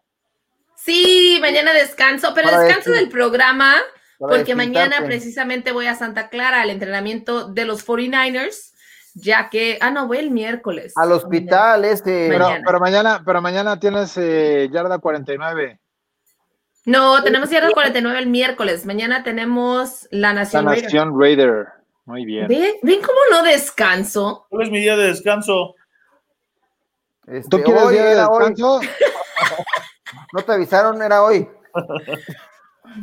E: Sí, mañana descanso, pero
C: Para
E: descanso
C: decir-
E: del programa
C: para
E: porque
B: pues.
E: mañana
C: despintarte.
E: precisamente voy a Santa Clara al entrenamiento de los 49ers, ya que, ah, no, voy el miércoles.
C: Al hospital este.
B: Pero
E: Mañana.
B: pero mañana, pero mañana tienes eh, yarda 49.
E: No, tenemos cierre 49 el miércoles. Mañana tenemos la
B: La
E: Nación. Raider.
B: Nación Raider. Muy bien.
E: ¿Ven? ¿Ven cómo no descanso?
D: Hoy es mi día de descanso. <laughs>
C: Este,
B: ¿Tú quieres
C: hoy
B: día de
C: era hoy.
B: <laughs> descanso?
C: No te avisaron, era hoy.
B: <laughs>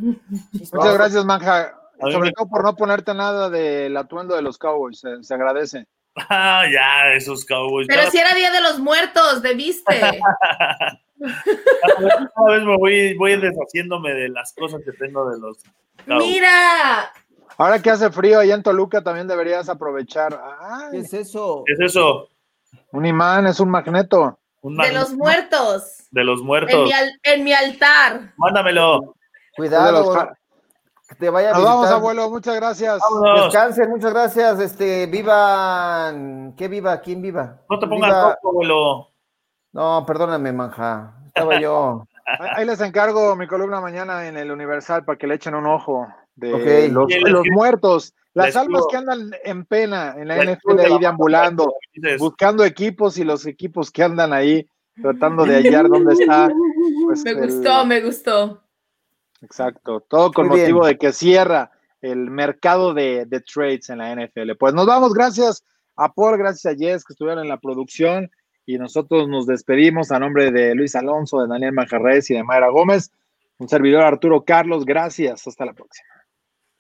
B: Muchas gracias, Manja.
D: A mí
B: Sobre
D: me-
B: todo por no ponerte nada del atuendo de los Cowboys. Se, se agradece.
D: Ah, ya, esos Cowboys.
E: Pero
D: ya,
E: si era Día de los
C: <laughs>
E: Muertos, ¿debiste?
D: Cada vez me voy, voy deshaciéndome de las cosas que tengo de los Cowboys.
E: Mira,
B: Ahora que hace frío allá en Toluca, también deberías aprovechar. Ay,
C: ¿Qué es eso?
D: ¿Qué es eso?
B: un imán es un magneto.
D: Un
E: de
D: man-
E: los muertos.
D: de los
E: En
D: muertos.
E: mi, al- en mi altar.
D: Mándamelo.
B: Es de los
C: Cuidado,
B: fa-
C: que te vaya a
B: Nos vamos,
C: visitar.
B: abuelo. Muchas gracias.
D: Vámonos.
C: Descansen, muchas gracias. Este, vivan. ¿Qué viva? ¿Quién viva?
D: No te pongas
C: Viva-
D: loco, abuelo.
C: No, perdóname, manja. Estaba yo.
B: Ahí ahí les encargo mi columna mañana en el Universal para que le echen un ojo de
C: Ok.
B: los,
D: Y el-
B: los muertos, las
D: Les
B: almas
D: digo-
B: que andan en pena en la,
D: La
B: NFL
D: escuela-
B: ahí deambulando,
D: Dices,
B: buscando equipos y los equipos que andan ahí tratando de hallar dónde está. pues,
E: Me
B: el-
E: gustó, me gustó.
B: Exacto, todo con
C: Muy bien.
B: motivo de que cierra el mercado de, de trades en la NFL. Pues nos vamos, gracias a Paul, gracias a Jess que estuvieron en la producción y nosotros nos despedimos a nombre de Luis Alonso, de Daniel Manjarres y de Mayra Gómez. Un servidor Arturo Carlos, gracias, hasta la próxima.